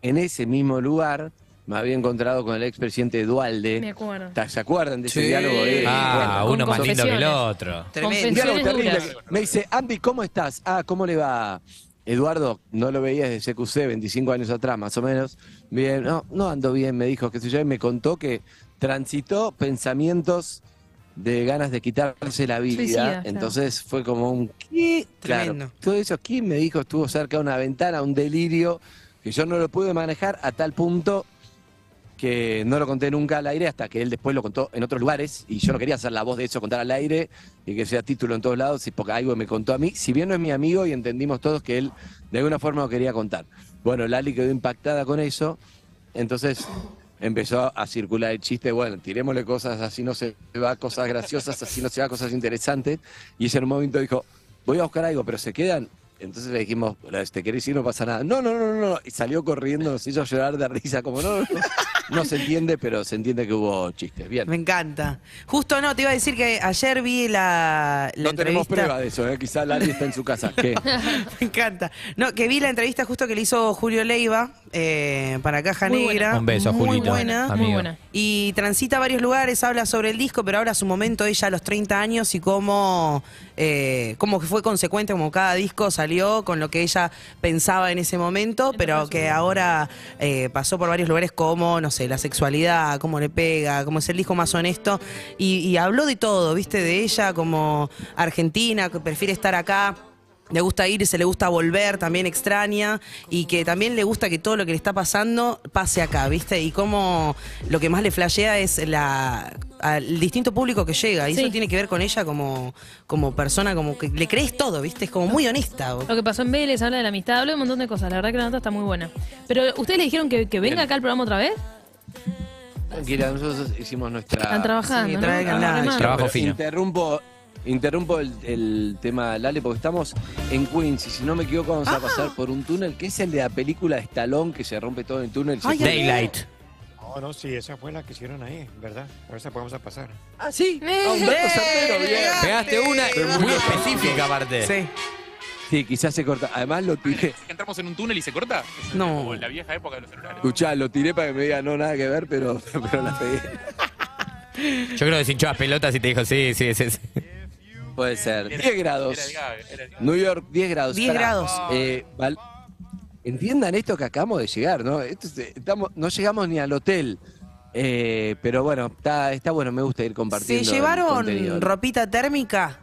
Speaker 6: en ese mismo lugar, me había encontrado con el expresidente
Speaker 3: Me
Speaker 6: Dualde.
Speaker 3: acuerdo.
Speaker 6: ¿Se acuerdan de ese
Speaker 4: Sí.
Speaker 6: diálogo? Eh,
Speaker 5: Ah,
Speaker 3: Bueno,
Speaker 5: uno
Speaker 3: con
Speaker 5: más lindo que el
Speaker 3: confesiones.
Speaker 5: otro.
Speaker 4: Tremendo.
Speaker 6: Mirá lo
Speaker 3: Confesiones
Speaker 6: terrible.
Speaker 3: duras.
Speaker 6: Me dice, Andy, ¿cómo estás? Ah, ¿cómo le va? Eduardo, no lo veías de CQC 25 años atrás, más o menos. Bien, no, no ando bien, me dijo, qué sé yo, y me contó que transitó pensamientos de ganas de quitarse la vida.
Speaker 3: Suicida, claro.
Speaker 6: Entonces fue como un ¿qué? Claro,
Speaker 4: Tremendo.
Speaker 6: todo eso, ¿quién me dijo? Estuvo cerca de una ventana, un delirio, que yo no lo pude manejar a tal punto que no lo conté nunca al aire hasta que él después lo contó en otros lugares y yo no quería hacer la voz de eso, contar al aire y que sea título en todos lados, y porque algo me contó a mí, si bien no es mi amigo y entendimos todos que él de alguna forma lo quería contar. Bueno, Lali quedó impactada con eso, entonces empezó a circular el chiste, bueno, tirémosle cosas, así no se va, cosas graciosas, así no se va, cosas interesantes, y ella en un momento dijo, voy a buscar algo, pero se quedan. Entonces le dijimos, ¿te querés ir? No pasa nada. No, no, no, no, no. Y salió corriendo, nos hizo llorar de risa, como no, no, no. No se entiende, pero se entiende que hubo chistes. Bien.
Speaker 4: Me encanta. Justo no, te iba a decir que ayer vi la, la
Speaker 6: No tenemos
Speaker 4: entrevista-
Speaker 6: prueba de eso, ¿eh? quizá Lali está en su casa. ¿Qué?
Speaker 4: Me encanta. No, que vi la entrevista justo que le hizo Julio Leiva eh, para Caja
Speaker 3: Muy buena.
Speaker 4: Negra.
Speaker 5: Un beso,
Speaker 4: Muy
Speaker 5: Julito.
Speaker 4: buena.
Speaker 5: Amigo.
Speaker 3: Muy buena.
Speaker 4: Y transita varios lugares, habla sobre el disco, pero habla su momento ella a los 30 años y cómo, eh, cómo fue consecuente, como cada disco salió con lo que ella pensaba en ese momento, pero que ahora eh, pasó por varios lugares como, no sé, la sexualidad, cómo le pega, cómo es el disco más honesto. Y, y habló de todo, ¿viste? De ella como argentina, que prefiere estar acá. Le gusta irse, le gusta volver, también extraña y que también le gusta que todo lo que le está pasando pase acá, ¿viste? Y cómo lo que más le flashea es la, al distinto público que llega. Y
Speaker 3: Sí.
Speaker 4: eso tiene que ver con ella como, como persona, como que le crees todo, ¿viste? Es como muy honesta.
Speaker 3: Lo que pasó en Vélez, habla de la amistad, habla de un montón de cosas. La verdad que la nota está muy buena. Pero, ¿ustedes le dijeron que, que venga acá al programa otra vez?
Speaker 6: Ah, Tranquila, nosotros hicimos nuestra.
Speaker 3: Están trabajando,
Speaker 4: sí,
Speaker 3: ¿no?
Speaker 4: traigan
Speaker 3: Ah,
Speaker 4: la-
Speaker 3: re mal.
Speaker 6: Pero
Speaker 5: Trabajo fino.
Speaker 6: Interrumpo, interrumpo el, el tema, Lali, porque estamos en Queens y si no me equivoco vamos a pasar por un túnel que es el de la película de Stallone que se rompe todo el túnel. se-
Speaker 4: Ay, ay.
Speaker 5: Daylight.
Speaker 7: No, no, sí, esa fue la que hicieron ahí, ¿verdad? A ver si podemos a pasar.
Speaker 6: Ah, sí. Ah, un dato certero, bien.
Speaker 5: Pegaste una muy específica aparte.
Speaker 4: Sí.
Speaker 6: Sí, quizás se corta. Además lo tiré.
Speaker 8: ¿Que entramos en un túnel y se corta? Es
Speaker 4: No.
Speaker 8: Como en la vieja época de los celulares.
Speaker 6: Escuchá, lo tiré para que me diga no, nada que ver, pero, pero la pegué.
Speaker 5: Yo creo que se hinchó las pelotas y te dijo, sí, sí, sí. sí.
Speaker 6: Puede ser.
Speaker 8: Era-
Speaker 6: 10 grados.
Speaker 8: Era el Gabe, era el Gabe.
Speaker 6: New York, 10 grados.
Speaker 4: 10
Speaker 6: Pará.
Speaker 4: grados.
Speaker 6: Eh, Val- Entiendan esto que acabamos de llegar, ¿no? Esto es- eh, estamos, no llegamos ni al hotel. Eh, pero bueno, está, está bueno, me gusta ir
Speaker 4: ¿Se
Speaker 6: compartiendo. el contenido.
Speaker 4: llevaron ropita térmica?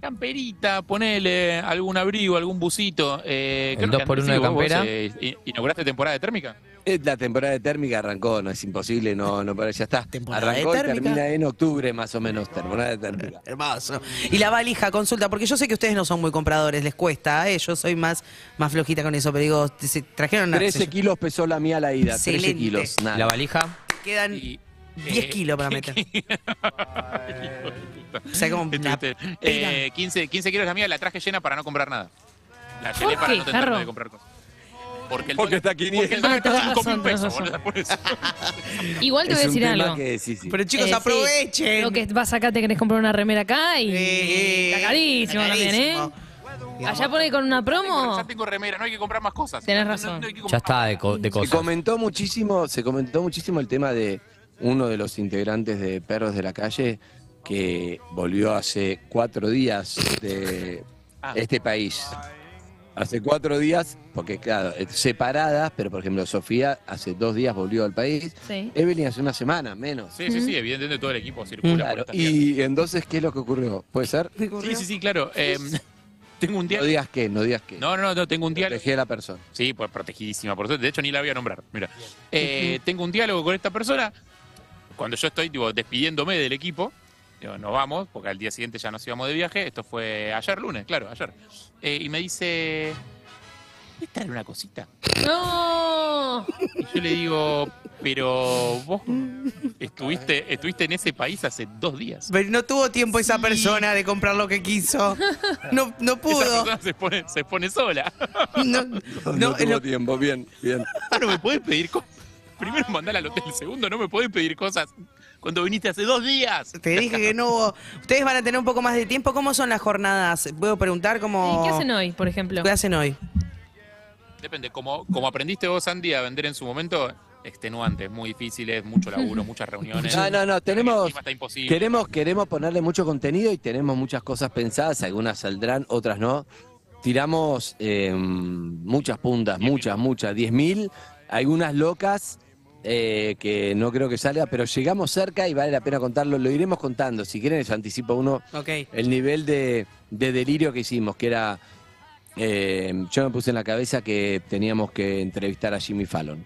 Speaker 8: Camperita, ponele algún abrigo, algún bucito. Eh,
Speaker 5: El
Speaker 8: creo
Speaker 5: dos
Speaker 8: que
Speaker 5: por uno
Speaker 8: Andrés,
Speaker 5: de
Speaker 8: vos,
Speaker 5: campera.
Speaker 8: eh, in- ¿Inauguraste temporada de térmica?
Speaker 6: Eh, La temporada de térmica arrancó, no es imposible, no, no, pero ya está.
Speaker 4: Temporada de
Speaker 6: Arrancó y
Speaker 4: térmica.
Speaker 6: termina en octubre más o menos, temporada de térmica.
Speaker 4: Hermoso. Y la valija, consulta, porque yo sé que ustedes no son muy compradores, les cuesta, ¿eh? yo soy más, más flojita con eso, pero digo, se trajeron una-
Speaker 6: 13
Speaker 4: se-
Speaker 6: kilos pesó la mía a la ida,
Speaker 4: Excelente.
Speaker 6: 13 kilos, nada.
Speaker 5: La valija.
Speaker 4: quedan
Speaker 8: Y,
Speaker 4: 10
Speaker 8: eh,
Speaker 4: kilos para meter. o sea, como una
Speaker 8: Este,
Speaker 4: pila.
Speaker 8: eh, 15, 15 kilos la mía, la traje llena para no comprar nada. La
Speaker 3: ¿Por
Speaker 8: llené para
Speaker 3: qué,
Speaker 8: no tentar
Speaker 3: Jarro?
Speaker 8: de comprar cosas. Porque el
Speaker 6: Porque
Speaker 8: dólar-
Speaker 6: está 500.
Speaker 8: Porque el dólar
Speaker 3: Ah, tenés
Speaker 8: está 5 mil
Speaker 3: razón, tenés
Speaker 8: pesos,
Speaker 3: razón.
Speaker 8: boludo, por eso.
Speaker 3: Igual te voy a
Speaker 6: Es un
Speaker 3: decir
Speaker 6: tema
Speaker 3: algo.
Speaker 6: que sí, sí.
Speaker 4: Pero chicos,
Speaker 3: Eh, sí.
Speaker 4: aprovechen.
Speaker 3: Lo que vas acá, te querés comprar una remera acá y.
Speaker 4: Eh, eh,
Speaker 3: está carísimo
Speaker 4: está
Speaker 3: también, ¿eh?
Speaker 4: carísimo.
Speaker 3: Allá pone con una promo.
Speaker 8: Ya tengo remera, no hay que comprar más cosas.
Speaker 3: Tenés
Speaker 8: No, no,
Speaker 3: razón.
Speaker 8: no hay que
Speaker 5: Ya
Speaker 8: comprar
Speaker 5: está
Speaker 8: más.
Speaker 5: de, co- de
Speaker 6: Se
Speaker 5: cosas.
Speaker 6: comentó muchísimo, se comentó muchísimo el tema de uno de los integrantes de Perros de la Calle que volvió hace cuatro días de
Speaker 8: Ah.
Speaker 6: este país. Hace cuatro días, porque claro, eh, separadas, pero por ejemplo Sofía hace dos días volvió al país,
Speaker 3: Sí.
Speaker 6: Evelyn hace una semana menos.
Speaker 8: Sí, sí,
Speaker 3: Mm.
Speaker 8: sí, evidentemente todo el equipo circula. por
Speaker 6: Claro,
Speaker 8: estas tierras.
Speaker 6: Y entonces, ¿qué es lo que ocurrió? ¿Puede ser?
Speaker 8: Sí, sí, sí, claro. eh, tengo un día.
Speaker 6: No digas qué, no digas qué.
Speaker 8: No, no, no, tengo un día.
Speaker 6: Protegé a la persona.
Speaker 8: Sí, pues protegidísima, por suerte. De hecho, ni la voy a nombrar. Mira, Eh, tengo un diálogo con esta persona. Cuando yo estoy tipo, despidiéndome del equipo, digo, nos vamos, porque al día siguiente ya nos íbamos de viaje. Esto fue ayer, lunes, claro, ayer. Eh, y me dice, ¿puedes traer una cosita?
Speaker 3: ¡No!
Speaker 8: Y yo le digo, pero vos estuviste, estuviste en ese país hace dos días.
Speaker 4: Pero no tuvo tiempo esa persona de comprar lo que quiso. No, no
Speaker 8: Esa
Speaker 4: pudo.
Speaker 8: persona se pone, se pone sola.
Speaker 4: No,
Speaker 6: No,
Speaker 4: no,
Speaker 6: tuvo
Speaker 4: lo-
Speaker 6: tiempo, bien, bien.
Speaker 8: Ah, no me podés pedir cosas. Primero mandala al hotel, segundo, no me podés pedir cosas cuando viniste hace dos días.
Speaker 4: te dije que no hubo. Ustedes van a tener un poco más de tiempo. ¿Cómo son las jornadas? Puedo preguntar cómo.
Speaker 3: ¿Y qué hacen hoy, por ejemplo?
Speaker 4: ¿Qué hacen hoy?
Speaker 8: Depende, como, como aprendiste vos, Andy, a vender en su momento, extenuante, es muy difícil, es mucho laburo, muchas reuniones.
Speaker 6: No, no, no, tenemos-
Speaker 8: Está imposible.
Speaker 6: Queremos, queremos ponerle mucho contenido y tenemos muchas cosas pensadas, algunas saldrán, otras no. Tiramos eh, muchas puntas, muchas, muchas, 10.000, algunas locas eh, que no creo que salga, pero llegamos cerca y vale la pena contarlo, lo iremos contando. Si quieren les anticipo uno,
Speaker 4: Ok.
Speaker 6: el nivel de, de delirio que hicimos, que era, eh, yo me puse en la cabeza que teníamos que entrevistar a Jimmy Fallon.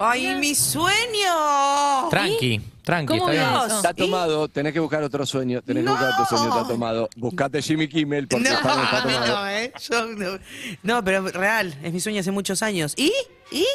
Speaker 4: ¡Ay, mi sueño!
Speaker 5: Tranqui, tranqui,
Speaker 3: ¿Cómo
Speaker 5: está bien.
Speaker 3: vio
Speaker 4: Dios.
Speaker 3: eso?
Speaker 6: Está tomado, tenés que buscar otro sueño, tenés
Speaker 4: No.
Speaker 6: que buscar otro sueño, está tomado. Buscate Jimmy Kimmel porque
Speaker 4: No,
Speaker 6: está, está tomado.
Speaker 4: no, eh, yo no. No, pero real, es mi sueño hace muchos años. ¿Y? ¿Y?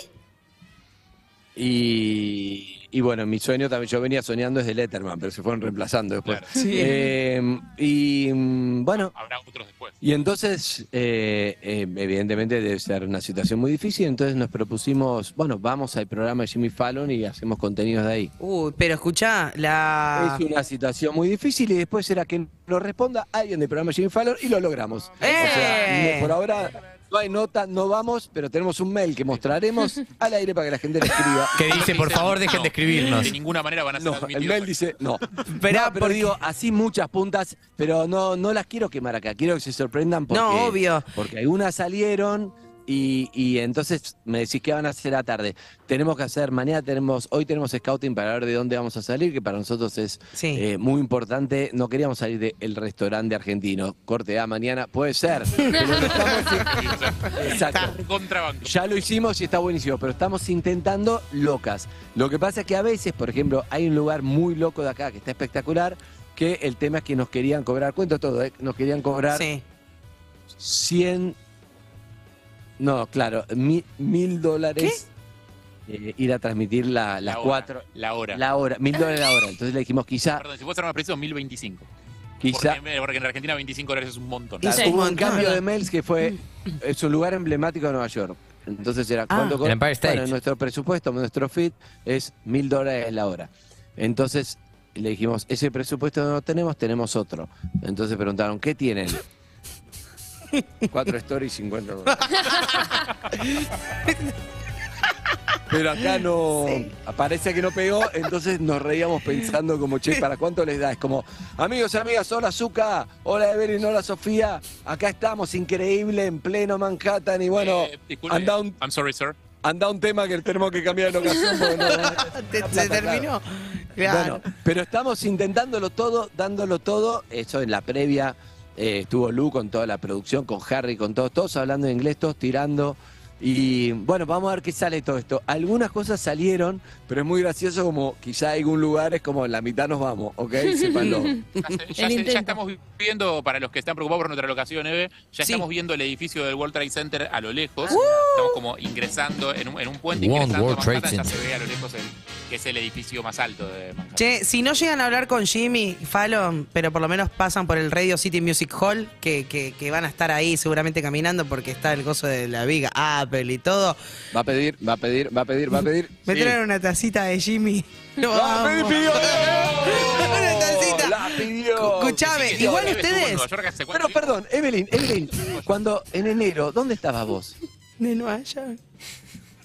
Speaker 6: Y, y bueno, mi sueño también, yo venía soñando desde Letterman, pero se fueron reemplazando después.
Speaker 8: Claro.
Speaker 6: Eh, y mm, bueno,
Speaker 8: Habrá otros después.
Speaker 6: y entonces, eh, eh, evidentemente debe ser una situación muy difícil, entonces nos propusimos, bueno, vamos al programa de Jimmy Fallon y hacemos contenidos de ahí.
Speaker 4: Uy, pero escuchá, la...
Speaker 6: Es una situación muy difícil y después era que lo responda alguien del programa Jimmy Fallon y lo logramos. O sea,
Speaker 4: ¡Eh!
Speaker 6: no- por ahora no hay nota, no vamos, pero tenemos un mail que mostraremos al aire para que la gente lo escriba.
Speaker 5: Que dice, por favor, dejen
Speaker 8: No,
Speaker 5: de escribirnos.
Speaker 8: De ninguna manera van a ser
Speaker 6: No, el
Speaker 8: admitidos
Speaker 6: mail
Speaker 8: acá.
Speaker 6: dice no.
Speaker 4: Esperá,
Speaker 6: No, pero digo, así muchas puntas, pero no, no las quiero quemar acá, quiero que se sorprendan porque,
Speaker 4: No, obvio.
Speaker 6: porque algunas salieron y, y entonces me decís qué van a hacer a tarde. Tenemos que hacer, mañana tenemos, hoy tenemos scouting para ver de dónde vamos a salir, que para nosotros es
Speaker 4: Sí.
Speaker 6: eh, muy importante. No queríamos salir del restaurante argentino. Corte A mañana, puede ser. pero no estamos- Exacto.
Speaker 8: Contrabando.
Speaker 6: Ya lo hicimos y está buenísimo, pero estamos intentando locas. Lo que pasa es que a veces, por ejemplo, hay un lugar muy loco de acá que está espectacular, que el tema es que nos querían cobrar, cuento todo, ¿eh? nos querían cobrar
Speaker 4: Sí.
Speaker 6: 100, no, claro, mi- mil dólares eh, ir a transmitir la- las
Speaker 8: La hora,
Speaker 6: cuatro,
Speaker 8: La hora.
Speaker 6: la hora, mil dólares la hora. Entonces le dijimos quizá,
Speaker 8: Perdón, si vos ser más preciso, 1025.
Speaker 6: quizá...
Speaker 8: Porque, porque en Argentina 25 dólares es un montón.
Speaker 4: Y
Speaker 6: Claro,
Speaker 4: sí.
Speaker 6: hubo un
Speaker 4: Montón.
Speaker 6: cambio de mails que fue, es un lugar emblemático de Nueva York. Entonces era cuando
Speaker 5: El Empire State.
Speaker 6: bueno, nuestro presupuesto, nuestro fit es mil dólares la hora. Entonces le dijimos, ese presupuesto no tenemos, tenemos otro. Entonces preguntaron, ¿qué tienen? Cuatro stories y 50 dólares. Pero acá no. Parece que no pegó, entonces nos reíamos pensando como, che, ¿para cuánto les da? Es como, amigos y amigas, hola Zuka, hola Evelyn, hola Sofía, acá estamos, increíble, en pleno Manhattan, y bueno,
Speaker 8: Eh, disculpe,
Speaker 6: anda un,
Speaker 8: I'm sorry, sir.
Speaker 6: anda un tema que tenemos que cambiar de ocasión. porque no-
Speaker 4: ¿Te,
Speaker 6: la
Speaker 4: se
Speaker 6: plata,
Speaker 4: terminó? Claro.
Speaker 6: Bueno, pero estamos intentándolo todo, dándolo todo. Eso en la previa eh, estuvo Lu con toda la producción, con Harry, con todos, todos hablando en inglés, todos tirando. Y bueno, vamos a ver qué sale todo esto. Algunas cosas salieron, pero es muy gracioso como quizá algún lugar es como la mitad nos vamos, ¿ok? Sépanlo.
Speaker 8: Ya, se- ya
Speaker 3: El
Speaker 8: se- ya
Speaker 3: intento.
Speaker 8: estamos viendo, para los que están preocupados por nuestra locación, Eve, ya
Speaker 4: Sí. Ah,
Speaker 8: estamos viendo el edificio del World Trade Center a lo lejos. Estamos como ingresando en un, en un puente,
Speaker 5: One
Speaker 8: ingresando
Speaker 5: World
Speaker 8: a
Speaker 5: Trade
Speaker 8: Manhattan, ya
Speaker 5: Center.
Speaker 8: se ve a lo lejos el- que es el edificio más alto de Manhattan.
Speaker 4: Che, si no llegan a hablar con Jimmy Fallon, pero por lo menos pasan por el Radio City Music Hall, que, que, que van a estar ahí seguramente caminando porque está el gozo de la viga, Apple y todo.
Speaker 6: Va a pedir, va a pedir, va a pedir, va a pedir.
Speaker 4: ¿Me
Speaker 6: Sí.
Speaker 4: traen una tacita de Jimmy?
Speaker 6: ¡Ah, Pedri pidió!
Speaker 4: Una tacita.
Speaker 6: ¡La pidió!
Speaker 4: Escuchame,
Speaker 8: Sí, sí,
Speaker 4: igual
Speaker 8: Eve estuvo en
Speaker 4: ustedes,
Speaker 8: Nueva York hace cuatro
Speaker 6: Pero perdón, Evelyn, Evelyn, cuando en enero, ¿dónde estabas vos?
Speaker 4: de Nueva York.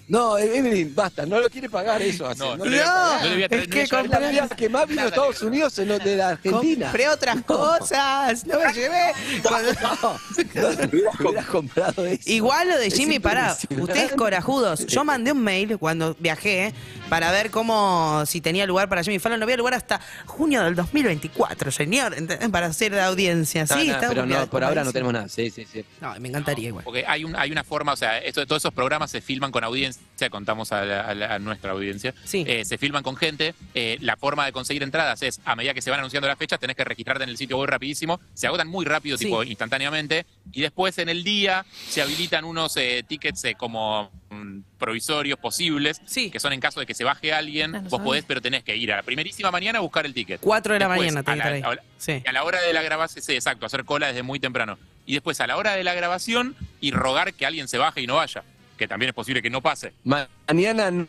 Speaker 6: No, Evelyn, basta, no lo quiere pagar eso. así,
Speaker 8: No,
Speaker 6: no
Speaker 8: no
Speaker 6: lo
Speaker 8: le
Speaker 6: quiere
Speaker 8: voy a
Speaker 6: pagar.
Speaker 8: pagar, no le voy a traer-
Speaker 4: es
Speaker 8: no le voy
Speaker 4: que
Speaker 8: a llevar
Speaker 6: La
Speaker 4: compré-
Speaker 8: nada.
Speaker 6: vida que más vino de Estados Unidos es lo de la Argentina.
Speaker 4: Compré otras cosas, no me llevé. Cuando-
Speaker 6: No, no hubieras comprado eso.
Speaker 4: Igual lo de
Speaker 6: Es
Speaker 4: Jimmy, pará,
Speaker 6: impresionante.
Speaker 4: ustedes corajudos. Yo mandé un mail cuando viajé eh, para ver cómo, si tenía lugar para Jimmy Fallon. No había lugar hasta junio del 2024, señor, ent- para hacer la audiencia.
Speaker 6: No,
Speaker 4: Sí,
Speaker 6: no,
Speaker 4: está
Speaker 6: pero no,
Speaker 4: complicado.
Speaker 6: por ahora no tenemos nada. Sí, sí, sí.
Speaker 4: No, me encantaría igual.
Speaker 8: Porque hay, un, hay una forma, o sea, esto- todos esos programas se filman con audiencia, contamos a, la- a la- a nuestra audiencia,
Speaker 4: Sí.
Speaker 8: Eh, se filman con gente, eh, la forma de conseguir entradas es, a medida que se van anunciando las fechas, tenés que registrarte en el sitio web rapidísimo, se agotan muy rápido,
Speaker 4: Sí.
Speaker 8: tipo instantáneamente, y después en el día se habilitan unos eh, tickets eh, como mm, provisorios posibles,
Speaker 4: Sí.
Speaker 8: que son en caso de que se baje alguien,
Speaker 3: Ah, no
Speaker 8: vos
Speaker 3: sabía.
Speaker 8: podés, pero tenés que ir a la primerísima mañana a buscar el ticket.
Speaker 4: 4 de la
Speaker 8: Después,
Speaker 4: mañana
Speaker 8: a
Speaker 4: tenía que
Speaker 8: la-
Speaker 4: estar
Speaker 8: a
Speaker 4: ahí.
Speaker 8: la-
Speaker 4: Sí.
Speaker 8: y a la hora de la grabación, sí, exacto, hacer cola desde muy temprano. Y después a la hora de la grabación y rogar que alguien se baje y no vaya, que también es posible que no pase.
Speaker 6: Ma- Mañana n-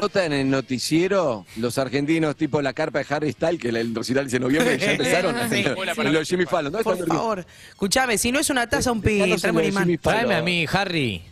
Speaker 6: nota en el noticiero los argentinos tipo la carpa de Harry Styles, que la- el recital dice en noviembre, ya empezaron.
Speaker 8: Sí.
Speaker 6: Lo de Jimmy Fallon. ¿no?
Speaker 4: Por favor, escuchame, si no es una taza, un
Speaker 6: Ya
Speaker 4: pin,
Speaker 6: no sé
Speaker 4: tráeme
Speaker 6: lo
Speaker 4: un
Speaker 6: de Jimmy
Speaker 4: imán.
Speaker 6: Fallon.
Speaker 5: Tráeme a mí, Harry.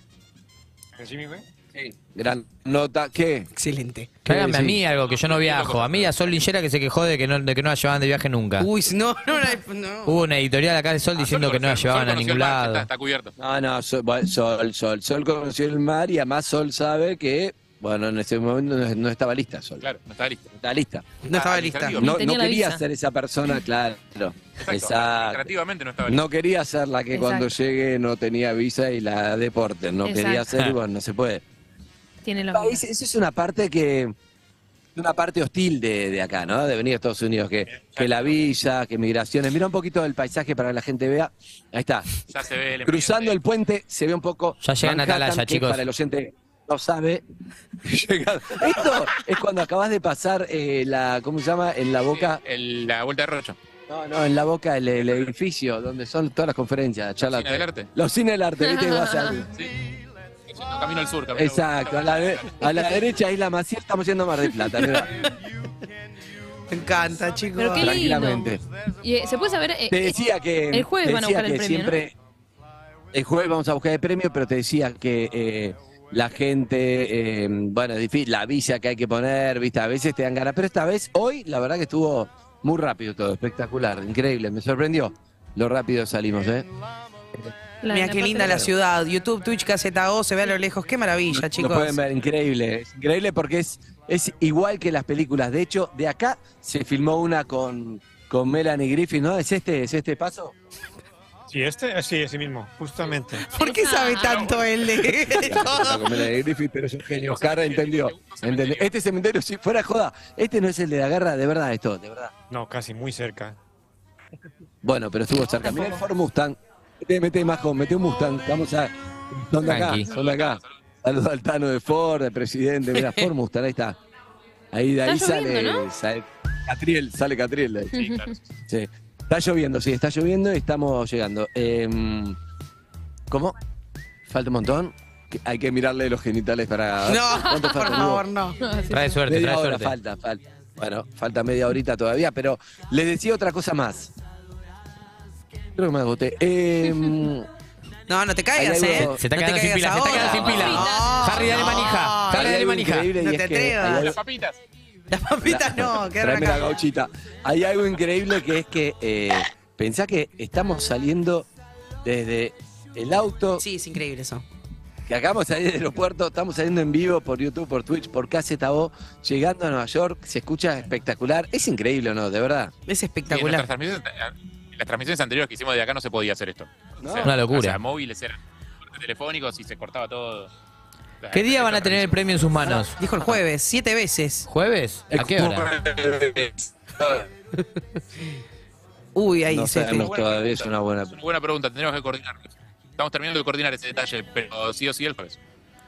Speaker 7: ¿Jimmy, güey?
Speaker 6: Sí, gran nota. ¿Qué?
Speaker 4: Excelente.
Speaker 5: Que háganme a
Speaker 6: Sí.
Speaker 5: mí algo, que yo no viajo. A mí, a Sol Lillera, que se quejó de que no, de que no la llevaban de viaje nunca.
Speaker 4: Uy, si no, no, no, no.
Speaker 6: Uh.
Speaker 5: Hubo una editorial acá de Sol diciendo
Speaker 8: Sol
Speaker 5: que no la
Speaker 8: conoció-
Speaker 5: llevaban
Speaker 8: Sol
Speaker 5: a
Speaker 8: conoció el
Speaker 5: ningún
Speaker 8: mar, ya
Speaker 5: lado.
Speaker 8: Está, está cubierto.
Speaker 6: No, no, sol, bueno, sol, sol. Sol conoció el mar y además Sol sabe que, bueno, en ese momento no, no estaba lista Sol.
Speaker 8: Claro, no está listo.
Speaker 6: No Está lista.
Speaker 4: No estaba lista.
Speaker 8: administrativo.
Speaker 6: No,
Speaker 3: tenía
Speaker 6: no
Speaker 3: la
Speaker 6: quería
Speaker 3: visa.
Speaker 6: ser esa persona, claro.
Speaker 8: Exacto,
Speaker 6: Exacto.
Speaker 8: administrativamente no estaba listo.
Speaker 6: No quería ser la que cuando
Speaker 3: Exacto.
Speaker 6: llegue no tenía visa y la deporte. No quería
Speaker 3: Exacto.
Speaker 6: ser, y bueno, no se puede.
Speaker 3: Tiene lo
Speaker 6: Ah, es- Eso es una parte que. Una parte hostil de, de acá, ¿no? De venir a Estados Unidos, que, que la villa, que migraciones. Mira un poquito del paisaje para que la gente vea. Ahí está.
Speaker 8: Ya se ve el
Speaker 6: Cruzando el puente se ve un poco.
Speaker 5: Ya llegan a
Speaker 6: Manhattan,
Speaker 5: Atalaya,
Speaker 6: que
Speaker 5: chicos.
Speaker 6: Para el oyente no sabe. llegan- Esto es cuando acabas de pasar eh, la. ¿Cómo se llama? En la boca.
Speaker 8: el- la vuelta de Rocho.
Speaker 6: No, no, en la boca el, el edificio donde son todas las conferencias, charlas.
Speaker 8: Cine del arte.
Speaker 6: Los cines del arte, ¿viste? Vas al-
Speaker 8: Sí. Yendo Camino al sur, camino
Speaker 6: Exacto, a la, de- a la derecha ahí la Maciel, estamos yendo a Mar del Plata, mirá.
Speaker 4: Me encanta, chicos.
Speaker 3: Pero qué lindo.
Speaker 6: tranquilamente.
Speaker 3: Y, eh, ¿Se puede saber? eh,
Speaker 6: Te
Speaker 3: eh,
Speaker 6: decía que.
Speaker 3: El jueves
Speaker 6: te
Speaker 3: van a
Speaker 6: decía
Speaker 3: buscar el
Speaker 6: que
Speaker 3: premio,
Speaker 6: Siempre, El jueves vamos a buscar el premio, pero te decía que eh, la gente. eh, bueno, es difícil, la visa que hay que poner, ¿viste? A veces te dan ganas. Pero esta vez, hoy, la verdad que estuvo muy rápido todo, espectacular, increíble. Me sorprendió lo rápido salimos, ¿eh?
Speaker 3: la-
Speaker 4: Mira
Speaker 3: la
Speaker 4: qué
Speaker 3: parte
Speaker 4: linda
Speaker 3: de-
Speaker 4: la ciudad. YouTube, Twitch, Caseta O, se ve a lo lejos. Qué maravilla, chicos.
Speaker 6: Lo pueden ver, increíble. Es increíble porque es, es igual que las películas. De hecho, de acá se filmó una con, con Melanie Griffith, ¿no? ¿Es este, es este paso?
Speaker 7: ¿Sí, este? Ah, Sí, ese mismo, justamente.
Speaker 4: ¿Por qué sabe tanto él de
Speaker 6: Está con Melanie Griffith, pero es un genio. Oscar entendió. entendió. Este cementerio, si fuera joda, este no es el de la guerra, de verdad, esto, de verdad.
Speaker 7: No, casi muy cerca.
Speaker 6: Bueno, pero estuvo cerca. Mirá el Ford Mustang. Mete, mete más con, mete un Mustang. Vamos a. Son de acá,
Speaker 5: Tranqui.
Speaker 6: son de acá. Saludos al Tano de Ford, el presidente. Mirá, Ford Mustang, ahí está. Ahí, de ahí
Speaker 3: Está
Speaker 6: sale,
Speaker 3: lloviendo,
Speaker 6: sale. Catriel, sale Catriel. de ahí.
Speaker 8: Sí, claro.
Speaker 6: Sí. Está lloviendo, sí, está lloviendo y estamos llegando. Em, ¿Cómo? ¿Falta un montón? Que- Hay que mirarle los genitales para...
Speaker 4: No,
Speaker 6: ¿Cuánto
Speaker 4: por
Speaker 6: falta?
Speaker 4: favor, no.
Speaker 5: Trae suerte,
Speaker 6: Media
Speaker 5: trae
Speaker 6: hora
Speaker 5: suerte.
Speaker 6: falta, falta. Bueno, falta media horita todavía, pero les decía otra cosa más. Creo que me agoté. Em,
Speaker 4: No, no te caigas,
Speaker 6: Hay
Speaker 4: ¿eh?
Speaker 6: algo-
Speaker 5: Se está
Speaker 4: No te
Speaker 5: quedando sin
Speaker 4: caigas
Speaker 5: pila, se está
Speaker 4: ahora.
Speaker 5: quedando sin pila.
Speaker 4: No,
Speaker 5: Harry, dale
Speaker 4: no.
Speaker 5: manija.
Speaker 6: hay
Speaker 5: Harry, dale
Speaker 6: algo
Speaker 5: manija.
Speaker 6: increíble y
Speaker 4: Ah, No
Speaker 6: es
Speaker 4: te
Speaker 6: que hay
Speaker 4: atrevas.
Speaker 6: algo-
Speaker 8: Las papitas.
Speaker 4: Las papitas no, quedaron
Speaker 6: Tráeme la
Speaker 4: acá.
Speaker 6: gauchita. Hay algo increíble que es que eh, pensá que estamos saliendo desde el auto
Speaker 4: Sí, es increíble eso.
Speaker 6: que acabamos de salir del aeropuerto, estamos saliendo en vivo por YouTube, por Twitch, por KZO, llegando a Nueva York, se escucha espectacular, es increíble o no, de verdad.
Speaker 4: Es
Speaker 8: Sí, en nuestras
Speaker 4: espectacular.
Speaker 8: transmisiones- en las transmisiones anteriores que hicimos de acá no se podía hacer esto. O sea,
Speaker 5: Una locura.
Speaker 8: O sea, móviles eran cortes telefónicos y se cortaba todo.
Speaker 5: ¿Qué día van a tener el premio en sus manos?
Speaker 4: Dijo el jueves, siete veces.
Speaker 5: ¿Jueves? ¿A qué hora?
Speaker 4: Uy, ahí
Speaker 6: No
Speaker 4: se
Speaker 6: sabemos
Speaker 8: sí.
Speaker 6: todavía, es una buena
Speaker 8: Una buena pregunta, tendremos que coordinar. Estamos terminando de coordinar ese detalle, pero sí o sí el jueves.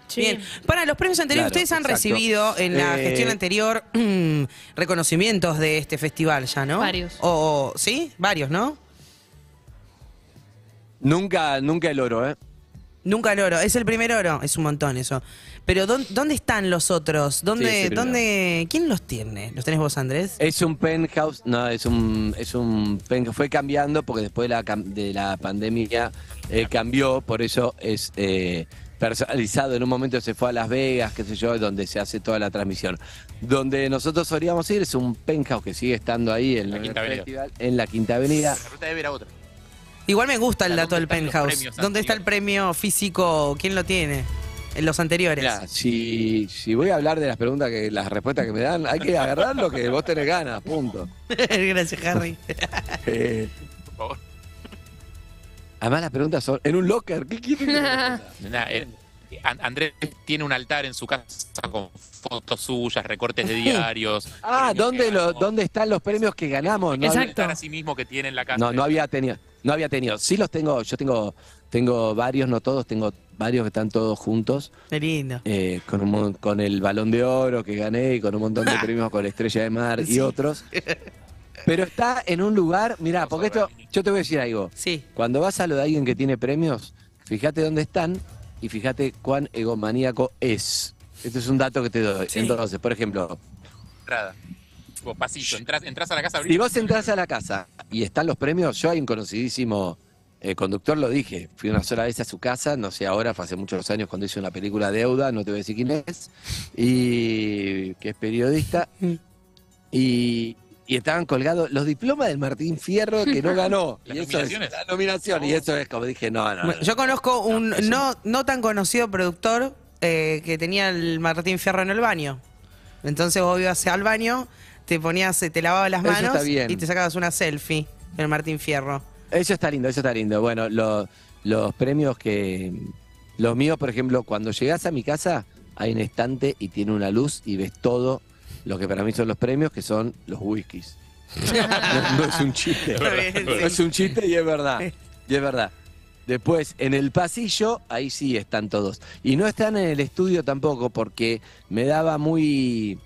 Speaker 3: Sí.
Speaker 4: Bien. Para los premios anteriores,
Speaker 6: Claro,
Speaker 4: ustedes han
Speaker 6: exacto.
Speaker 4: recibido en la
Speaker 6: Eh,
Speaker 4: gestión anterior reconocimientos de este festival ya, ¿no?
Speaker 3: Varios.
Speaker 4: O, o- ¿Sí? Varios, ¿no?
Speaker 6: Nunca, nunca el oro, ¿eh?
Speaker 4: Nunca el oro. Es el primer oro. Es un montón eso. Pero ¿dó- ¿dónde están los otros?
Speaker 6: Sí,
Speaker 4: ¿Dónde,
Speaker 6: es el
Speaker 4: dónde, ¿Quién los tiene? ¿Los tenés vos, Andrés?
Speaker 6: Es un penthouse, no, es un, es un penthouse, fue cambiando porque después de la, cam- de la pandemia eh, cambió, por eso es eh, personalizado, en un momento se fue a Las Vegas, qué sé yo, donde se hace toda la transmisión. Donde nosotros solíamos ir es un penthouse que sigue estando ahí en
Speaker 8: La
Speaker 6: el
Speaker 8: Quinta Avenida.
Speaker 6: festival, en la Quinta Avenida.
Speaker 8: La ruta debe ir a otra.
Speaker 4: Igual me gusta el
Speaker 8: ¿Dónde
Speaker 4: dato del
Speaker 8: están los
Speaker 4: penthouse.
Speaker 8: premios
Speaker 4: ¿Dónde está el premio físico? ¿Quién lo tiene? En los anteriores.
Speaker 6: Mirá, si, si voy a hablar de las preguntas que las respuestas que me dan, hay que agarrar lo que vos tenés ganas, punto.
Speaker 4: Gracias, Harry.
Speaker 6: Eh,
Speaker 8: Por favor.
Speaker 6: además las preguntas son en un locker, ¿qué quieren? que haga?
Speaker 8: Nada, eh, An- Andrés tiene un altar en su casa con fotos suyas, recortes de diarios.
Speaker 6: Ah,
Speaker 8: premios que
Speaker 6: ¿dónde, lo-
Speaker 8: ganó.
Speaker 6: ¿dónde están los premios que ganamos? No,
Speaker 8: Un
Speaker 3: Exacto.
Speaker 8: altar a sí mismo que tiene en la casa.
Speaker 6: no, no había tenido, no había tenido. Sí los tengo, yo tengo, tengo varios, no todos, tengo varios que están todos juntos,
Speaker 4: Qué lindo.
Speaker 6: eh, con, un mon- con el balón de oro que gané y con un montón de premios con la estrella de mar y otros. Pero está en un lugar, mirá, porque esto, yo te voy a decir algo.
Speaker 4: Sí.
Speaker 6: Cuando vas a lo de alguien que tiene premios, fíjate dónde están y fíjate cuán egomaníaco es. Este es un dato que te doy.
Speaker 4: Sí.
Speaker 6: Entonces, por ejemplo,
Speaker 8: entrada. Tipo, pasillo. Entrás, entrás a la casa, abrís.
Speaker 6: si vos entras a la casa y están los premios, yo hay un conocidísimo eh, conductor lo dije, fui una sola vez a su casa, no sé ahora, fue hace muchos años cuando hizo una película Deuda, no te voy a decir quién es, y que es periodista, y, y estaban colgados los diplomas del Martín Fierro que no ganó.
Speaker 8: ¿Las
Speaker 6: y eso es,
Speaker 8: nominaciones?
Speaker 6: la nominación, y eso es como dije, no, Ah, no. no.
Speaker 4: Bueno, Yo conozco un no, no tan conocido productor eh, que tenía el Martín Fierro en el baño. Entonces vos ibas al baño, te ponías, eh, te lavabas las
Speaker 6: Eso
Speaker 4: manos
Speaker 6: está bien.
Speaker 4: y te sacabas una selfie del Martín Fierro.
Speaker 6: Eso está lindo, eso está lindo. Bueno, lo- los premios que. Los míos, por ejemplo, cuando llegas a mi casa, hay un estante y tiene una luz y ves todo lo que para mí son los premios, que son los whiskies. no, no es un chiste.
Speaker 4: Está bien,
Speaker 6: No
Speaker 4: sí.
Speaker 6: es un chiste y es verdad. Y es verdad. Después, en el pasillo, ahí sí están todos. Y no están en el estudio tampoco, porque me daba muy.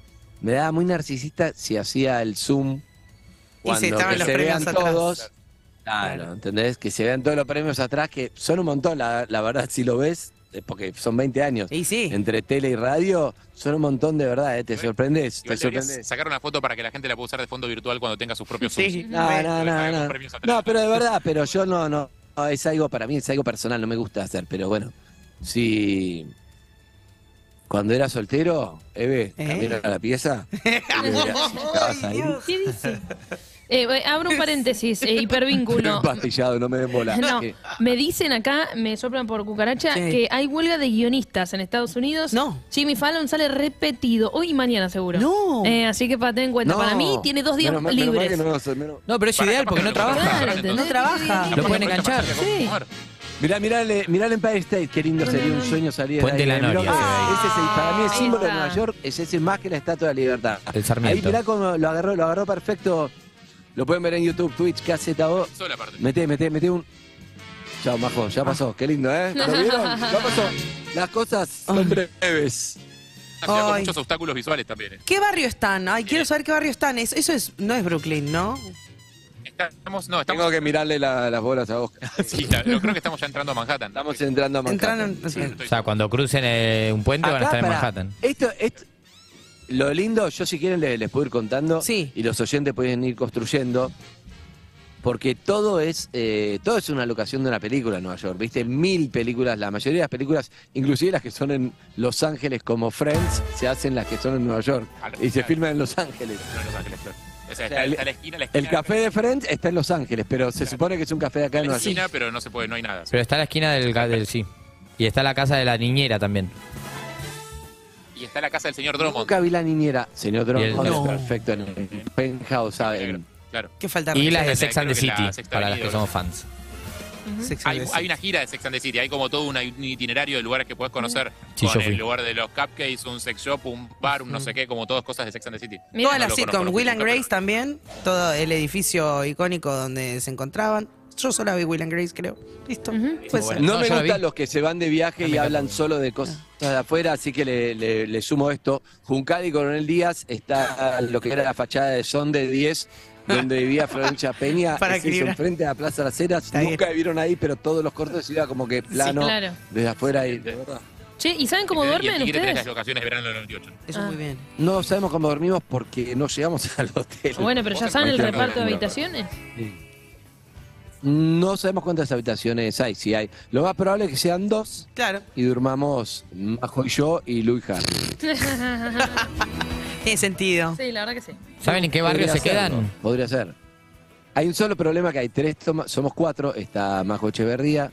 Speaker 6: Me daba muy narcisista si hacía el zoom.
Speaker 4: Y se
Speaker 6: cuando
Speaker 4: estaban
Speaker 6: que
Speaker 4: los
Speaker 6: se
Speaker 4: premios
Speaker 6: vean
Speaker 4: atrás.
Speaker 6: todos. Claro, ¿entendés? Que se vean todos los premios atrás, que son un montón, la, la verdad, si lo ves, eh, porque son 20 años.
Speaker 4: Y sí.
Speaker 6: Entre tele y radio, son un montón de verdad, eh, te
Speaker 8: Igual-
Speaker 6: sorprendes, te
Speaker 8: Igual deberías
Speaker 6: sorprendes.
Speaker 8: sacar una foto para que la gente la pueda usar de fondo virtual cuando tenga sus propios Zooms.
Speaker 4: Sí.
Speaker 6: No, no, no,
Speaker 8: Sacamos
Speaker 6: no.
Speaker 8: premios atrás.
Speaker 6: No, pero de verdad, pero yo no, no, no, es algo para mí, es algo personal, no me gusta hacer, pero bueno, sí. Cuando era soltero, Eve,
Speaker 4: ¿Eh?
Speaker 6: también era la pieza. y veías, estabas ahí,
Speaker 3: ¿Qué dice? Eh, eh, abro un paréntesis, eh,
Speaker 6: pero
Speaker 3: hipervínculo.
Speaker 6: empastillado, no me den bola.
Speaker 3: No,
Speaker 6: Eh,
Speaker 3: me dicen acá, me soplan por cucaracha,
Speaker 4: Sí.
Speaker 3: que hay huelga de guionistas en Estados Unidos.
Speaker 4: No.
Speaker 3: Jimmy Fallon sale repetido, hoy y mañana seguro.
Speaker 4: No.
Speaker 3: Eh, así que pa, ten en cuenta, para
Speaker 6: no,
Speaker 3: mí tiene dos días
Speaker 6: menos mal- menos mal
Speaker 3: libres.
Speaker 6: que no nos- menos-
Speaker 10: No, pero es
Speaker 8: Para,
Speaker 10: ideal
Speaker 8: capaz
Speaker 10: porque
Speaker 8: que
Speaker 10: no
Speaker 8: lo
Speaker 3: Claro,
Speaker 10: trabaja.
Speaker 8: encontramos.
Speaker 3: ¿entendés?
Speaker 4: No trabaja.
Speaker 10: Lo pueden enganchar.
Speaker 3: Sí.
Speaker 6: Mirá, mirá, el, mirá el Empire State, qué lindo sería un sueño salir
Speaker 5: Puente
Speaker 6: ahí
Speaker 5: La
Speaker 6: del
Speaker 5: Noria.
Speaker 6: bloque. Ese es el- para mí el
Speaker 3: Ahí
Speaker 6: símbolo de
Speaker 3: está.
Speaker 6: Nueva York, es ese más que la Estatua de la Libertad.
Speaker 5: El
Speaker 6: Ahí
Speaker 5: Sarmiento.
Speaker 6: mirá cómo lo agarró, lo agarró perfecto. Lo pueden ver en YouTube, Twitch, KZO.
Speaker 8: Sola parte. Ah,
Speaker 6: Meté, meté, meté un... Chao, Majo, ya pasó, qué lindo, ¿eh? ¿Lo vieron? Ya pasó. Las cosas son breves.
Speaker 8: Una ciudad con
Speaker 4: Ay.
Speaker 8: muchos obstáculos visuales también. eh.
Speaker 4: ¿Qué barrio están? Ay, quiero saber qué barrio están. Es- Eso es, no es Brooklyn, ¿no?
Speaker 8: Estamos, no, estamos.
Speaker 6: Tengo que mirarle la- las bolas a vos.
Speaker 8: sí, la- yo creo que estamos ya entrando a Manhattan.
Speaker 6: Estamos entrando a Manhattan.
Speaker 4: Entraron.
Speaker 8: Estoy-
Speaker 5: O sea, cuando crucen eh, un puente van a
Speaker 6: Acá,
Speaker 5: estar en
Speaker 6: pará.
Speaker 5: Manhattan.
Speaker 6: Esto, esto- lo lindo, yo si quieren le- les, puedo ir contando
Speaker 4: Sí.
Speaker 6: y los oyentes pueden ir construyendo. Porque todo es, eh, todo es una locación de una película en Nueva York, viste, mil películas, la mayoría de las películas, inclusive las que son en Los Ángeles como Friends, se hacen las que son en Nueva York y se filman en Los Ángeles.
Speaker 8: No, en Los Ángeles, claro. O sea,
Speaker 6: O
Speaker 8: está,
Speaker 6: sea, el-
Speaker 8: está la esquina, la esquina.
Speaker 6: El café de Friends está en Los Ángeles, pero se supone que es un café de acá en
Speaker 8: la
Speaker 6: Nueva
Speaker 8: esquina,
Speaker 6: York.
Speaker 8: pero no se puede, no hay nada.
Speaker 5: Pero está la esquina del, ga- del sí. Y está la casa de la niñera también.
Speaker 8: Y está la casa del señor Drummond.
Speaker 6: Nunca vi la niñera, señor Drummond,
Speaker 5: No.
Speaker 6: perfecto, en el penthouse, ¿saben?
Speaker 8: Claro.
Speaker 4: Qué falta de
Speaker 5: Y
Speaker 4: respeto.
Speaker 5: las de
Speaker 8: Creo
Speaker 5: Sex and the
Speaker 8: que la
Speaker 5: City,
Speaker 8: Sexta
Speaker 5: para las
Speaker 8: Avenida,
Speaker 5: que somos fans.
Speaker 4: Sexo
Speaker 8: Hay,
Speaker 4: de-
Speaker 8: hay una gira de Sex and the City, hay como todo una- un itinerario de lugares que puedes conocer.
Speaker 5: Sí,
Speaker 8: con
Speaker 5: yo
Speaker 8: el
Speaker 5: fui.
Speaker 8: lugar de los cupcakes, un sex shop, un bar, un no sé qué, como todas cosas de Sex and the City.
Speaker 3: Mira,
Speaker 4: Todas
Speaker 8: no
Speaker 4: las
Speaker 8: lo
Speaker 4: sitcoms,
Speaker 8: conozco,
Speaker 4: Will and
Speaker 8: pero-
Speaker 4: Grace también, todo el edificio icónico donde se encontraban. Yo sola vi Will and Grace, creo. Listo. Fue eso.
Speaker 6: No,
Speaker 5: No,
Speaker 6: me
Speaker 5: yo la
Speaker 6: gustan
Speaker 5: vi.
Speaker 6: los que se van de viaje y hablan solo de cosas de afuera, así que le, le- le sumo esto. Juncal y Coronel Díaz está lo que era la fachada de Son de 10, donde vivía Florencia Peña.
Speaker 4: Para
Speaker 6: es eso,
Speaker 4: equilibrar.
Speaker 6: enfrente a Plaza Las Heras.
Speaker 4: bien.
Speaker 6: Nunca vivieron ahí, pero todos los cortos se iba como que plano
Speaker 3: claro.
Speaker 6: desde afuera. Y, de verdad.
Speaker 3: Che, ¿y saben cómo
Speaker 8: Y el
Speaker 3: duermen
Speaker 8: Tigre tenés las
Speaker 3: ustedes?
Speaker 8: locaciones de verano del 98.
Speaker 4: Eso
Speaker 3: Ah.
Speaker 4: muy bien.
Speaker 6: No sabemos cómo dormimos porque no llegamos al hotel.
Speaker 3: Bueno, pero ya
Speaker 8: Vos
Speaker 3: saben el
Speaker 6: encontrás
Speaker 3: reparto de
Speaker 8: una-
Speaker 3: habitaciones.
Speaker 6: No sabemos cuántas habitaciones hay, si hay. Lo más probable es que sean dos
Speaker 4: Claro.
Speaker 6: y durmamos Majo y yo y Luis Harry.
Speaker 4: Tiene sentido.
Speaker 3: Sí, la verdad que sí.
Speaker 5: ¿Saben en qué barrio
Speaker 6: Podría
Speaker 5: se
Speaker 6: serlo,
Speaker 5: quedan?
Speaker 6: Podría ser. Hay un solo problema que hay tres, toma- somos cuatro, está Majo Echeverría,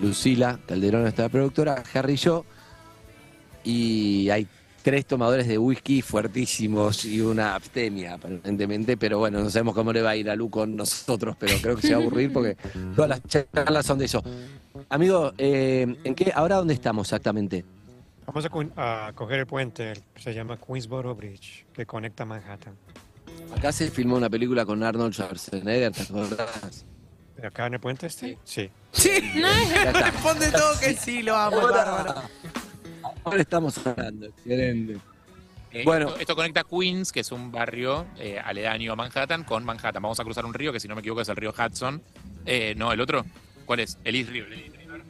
Speaker 6: Lucila Calderón, nuestra productora, Harry y yo, y hay tres tomadores de whisky fuertísimos y una abstemia aparentemente, pero bueno, no sabemos cómo le va a ir a Lu con nosotros, pero creo que se va a aburrir porque todas las charlas son de eso. Amigo, eh, ¿en qué, ahora dónde estamos exactamente?
Speaker 7: Vamos a, cu- a coger el puente, el- se llama Queensboro Bridge, que conecta Manhattan.
Speaker 6: Acá se filmó una película con Arnold Schwarzenegger, ¿te acordás?
Speaker 7: ¿Pero ¿Acá en el puente este? Sí.
Speaker 4: Sí.
Speaker 6: Ya está.
Speaker 4: Responde todo que sí, lo amo, bárbaro.
Speaker 6: Ahora estamos hablando, excelente.
Speaker 8: Eh,
Speaker 6: Bueno.
Speaker 8: esto, esto conecta Queens, que es un barrio eh, aledaño a Manhattan, con Manhattan. Vamos a cruzar un río que, si no me equivoco, es el río Hudson. Eh, no, el otro. ¿Cuál es? El East River. El East River,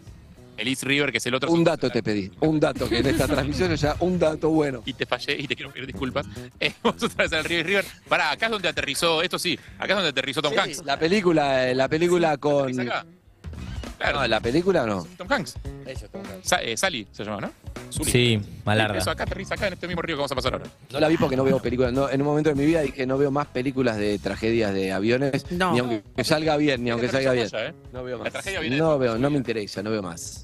Speaker 8: El East River, que es el otro.
Speaker 6: Un dato te pedí, un dato que en esta transmisión es ya un dato bueno.
Speaker 8: Y te fallé y te quiero pedir disculpas. Eh, vamos otra vez al río East River. Pará, acá es donde aterrizó. Esto sí, acá es donde aterrizó Tom Hanks.
Speaker 6: La película, eh, la película con
Speaker 8: ¿Aterriza acá? Claro.
Speaker 6: No, la película no.
Speaker 8: Tom Hanks. Sa- eh, Sally se llama, ¿no? Sully.
Speaker 5: Sí,
Speaker 8: Eso
Speaker 5: malarda.
Speaker 8: acá aterriza acá en este mismo río que vamos a pasar ahora.
Speaker 6: No la vi porque no veo películas. No, en un momento de mi vida dije, no veo más películas de tragedias de aviones.
Speaker 4: No.
Speaker 6: Ni aunque salga bien, ni aunque
Speaker 8: Aterriza
Speaker 6: salga bien.
Speaker 8: allá, ¿eh?
Speaker 6: No veo
Speaker 8: La
Speaker 6: más.
Speaker 8: tragedia viene
Speaker 6: No
Speaker 8: después.
Speaker 6: veo, no me interesa, no veo más.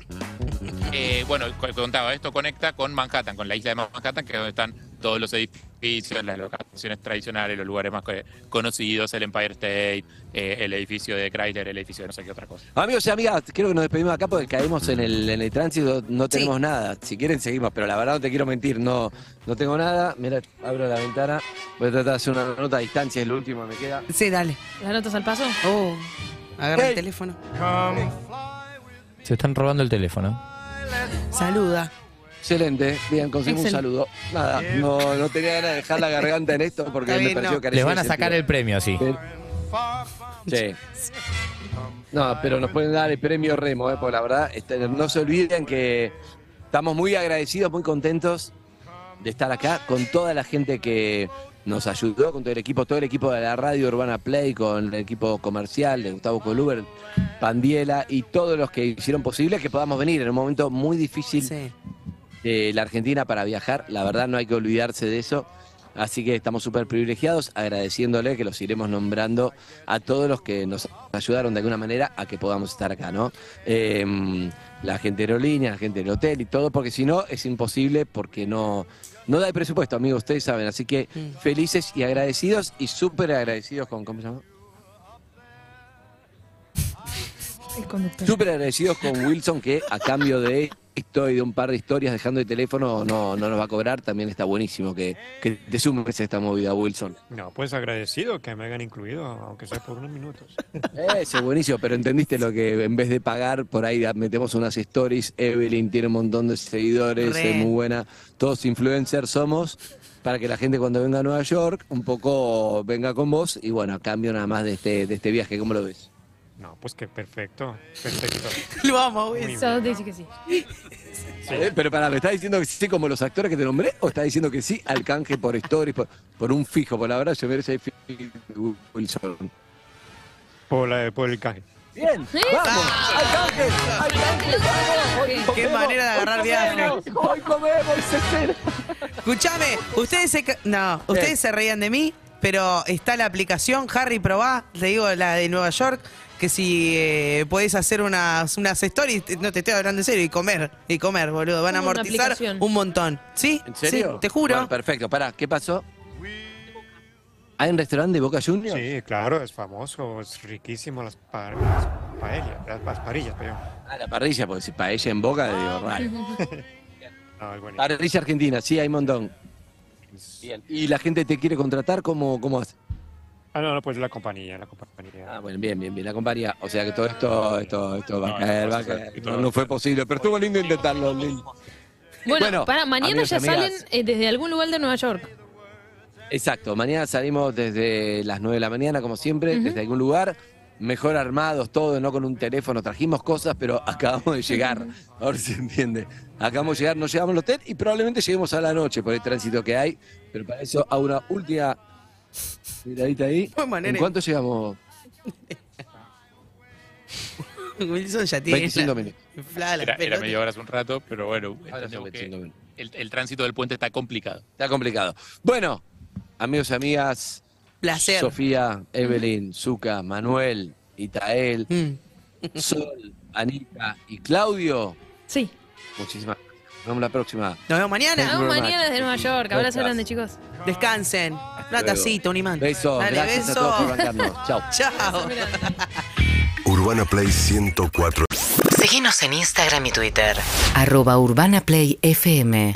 Speaker 8: Eh, bueno, co- contaba, esto conecta con Manhattan, con la isla de Manhattan, que es donde están todos los edificios, las locaciones tradicionales, los lugares más co- conocidos, el Empire State, eh, el edificio de Chrysler, el edificio de no sé qué otra cosa.
Speaker 6: Amigos y amigas, creo que nos despedimos acá porque caemos en el, en el tránsito, no tenemos nada. Si quieren seguimos, pero la verdad no te quiero mentir, no, no tengo nada. Mira, abro la ventana, voy a tratar de hacer una nota a distancia, es lo último que me queda.
Speaker 4: Sí, dale.
Speaker 3: ¿Las notas al paso?
Speaker 4: Oh, agarra
Speaker 6: Hey.
Speaker 4: el teléfono.
Speaker 5: Se están robando el teléfono.
Speaker 4: Saluda.
Speaker 6: Excelente, bien, conseguimos un
Speaker 3: Excel.
Speaker 6: saludo. Nada, no, no tenía ganas de dejar la garganta en esto porque
Speaker 4: Está
Speaker 6: me
Speaker 4: bien,
Speaker 6: pareció
Speaker 4: no.
Speaker 6: que ¿eh?
Speaker 5: Les van a sacar el premio así.
Speaker 6: Sí. No, pero nos pueden dar el premio Remo, eh, porque la verdad, este, no se olviden que estamos muy agradecidos, muy contentos de estar acá con toda la gente que nos ayudó, con todo el equipo, todo el equipo de la radio Urbana Play, con el equipo comercial de Gustavo Coluber, Pandiela y todos los que hicieron posible que podamos venir en un momento muy difícil
Speaker 4: Sí.
Speaker 6: de la Argentina para viajar. La verdad no hay que olvidarse de eso. Así que estamos súper privilegiados, agradeciéndole que los iremos nombrando a todos los que nos ayudaron de alguna manera a que podamos estar acá, ¿no? Em, la gente de aerolínea, la gente del hotel y todo, porque si no es imposible porque no, no da el presupuesto, amigos, ustedes saben. Así que
Speaker 4: Mm.
Speaker 6: felices y agradecidos y súper agradecidos con, ¿cómo se llama? Súper agradecidos con Wilson que a cambio de esto y de un par de historias dejando el teléfono no, no nos va a cobrar. También está buenísimo que, que te sumes a esta movida, Wilson.
Speaker 7: No, pues agradecido que me hayan incluido, aunque sea por unos minutos.
Speaker 6: Eso, buenísimo, pero entendiste lo que en vez de pagar, por ahí metemos unas stories. Evelyn tiene un montón de seguidores,
Speaker 4: Re.
Speaker 6: es muy buena. Todos influencers somos. Para que la gente cuando venga a Nueva York un poco venga con vos y bueno, a cambio nada más de este, de este viaje, ¿cómo lo ves?
Speaker 7: No, pues que perfecto, perfecto.
Speaker 4: Lo amo,
Speaker 7: Muy
Speaker 4: güey.
Speaker 7: bien.
Speaker 3: Solo te dice que sí.
Speaker 6: Eh, pero para, ¿me estás diciendo que sí como los actores que te nombré? ¿O estás diciendo que sí al canje por stories, por, por un fijo? Por la verdad, yo merece Wilson.
Speaker 7: Por, la- por el canje.
Speaker 6: Bien, vamos, al canje, al canje, vamos, hoy
Speaker 4: Qué
Speaker 6: comemos,
Speaker 4: manera de
Speaker 6: hoy
Speaker 4: agarrar viaje.
Speaker 6: comemos, Hoy comemos, se cena.
Speaker 4: Escúchame, ustedes se ca- no, ustedes
Speaker 6: Eh.
Speaker 4: se reían de mí, pero está la aplicación Harry probá, le digo la de Nueva York, que si eh, podés hacer unas unas stories, te- no te estoy hablando en serio y comer, y comer, boludo, van a
Speaker 3: Como una
Speaker 4: amortizar
Speaker 3: aplicación.
Speaker 4: un montón. ¿Sí?
Speaker 6: ¿En serio?
Speaker 4: Sí, te juro.
Speaker 6: Bueno, perfecto, pará, ¿qué pasó? ¿Hay un restaurante de Boca Juniors?
Speaker 7: Sí, claro, es famoso, es riquísimo las, pa- las paellas, las, las parillas, perdón.
Speaker 6: A Ah, la parrilla, porque si paella en Boca, digo, raro.
Speaker 7: No, es buenísimo.
Speaker 6: Parrilla argentina, sí, hay un montón. Bien. ¿Y la gente te quiere contratar? ¿Cómo, cómo hace?
Speaker 7: Ah, no, no, pues la compañía, la compañía.
Speaker 6: Ah, bueno, bien, bien, bien, la compañía. O sea que todo esto, esto, esto va a
Speaker 8: No,
Speaker 6: caer,
Speaker 8: no,
Speaker 6: va a
Speaker 8: no, no,
Speaker 6: caer.
Speaker 8: no,
Speaker 6: No,
Speaker 8: no.
Speaker 6: no fue posible, pero estuvo lindo intentarlo, Lil.
Speaker 3: Bueno,
Speaker 6: Bueno,
Speaker 3: para mañana
Speaker 6: amigos,
Speaker 3: ya
Speaker 6: amigas.
Speaker 3: salen eh, desde algún lugar de Nueva York.
Speaker 6: Exacto, mañana salimos desde las 9 de la mañana, como siempre, desde algún lugar. Mejor armados, todo, no con un teléfono. Trajimos cosas, pero acabamos de llegar. Ahora se entiende. Acabamos de llegar, no llegamos al hotel y probablemente lleguemos a la noche por el tránsito que hay. Pero para eso, a una última miradita ahí.
Speaker 4: Buen manera.
Speaker 6: ¿En cuánto llegamos?
Speaker 4: Wilson ya tiene
Speaker 6: 25
Speaker 4: la-
Speaker 6: minutos.
Speaker 4: inflada la
Speaker 8: Era, era
Speaker 4: pelota.
Speaker 8: media hora hace un rato, pero bueno,
Speaker 6: Ahora son
Speaker 8: entendemos que
Speaker 6: 25 minutos.
Speaker 8: el, el tránsito del puente está complicado.
Speaker 6: Está complicado. Bueno, amigos y amigas,
Speaker 4: Placer.
Speaker 6: Sofía, Evelyn, Zuka, Manuel, Itael,
Speaker 4: Mm.
Speaker 6: Sol, Anita y Claudio.
Speaker 3: Sí.
Speaker 6: Muchísimas gracias. Nos vemos la próxima.
Speaker 4: Nos vemos mañana.
Speaker 3: Nos
Speaker 6: you
Speaker 3: vemos
Speaker 6: very
Speaker 3: mañana
Speaker 6: much.
Speaker 3: desde Nueva York. Abrazo
Speaker 6: Gracias.
Speaker 3: grande, chicos.
Speaker 4: Descansen. Una
Speaker 6: luego.
Speaker 4: tacita, un imán.
Speaker 6: Besos,
Speaker 4: Dale,
Speaker 6: gracias
Speaker 4: beso.
Speaker 6: a todos por bancarnos. Chao.
Speaker 4: Chao.
Speaker 10: Urbana Play 104.
Speaker 1: Síguenos en Instagram y Twitter.
Speaker 2: arroba urbanaplayfm.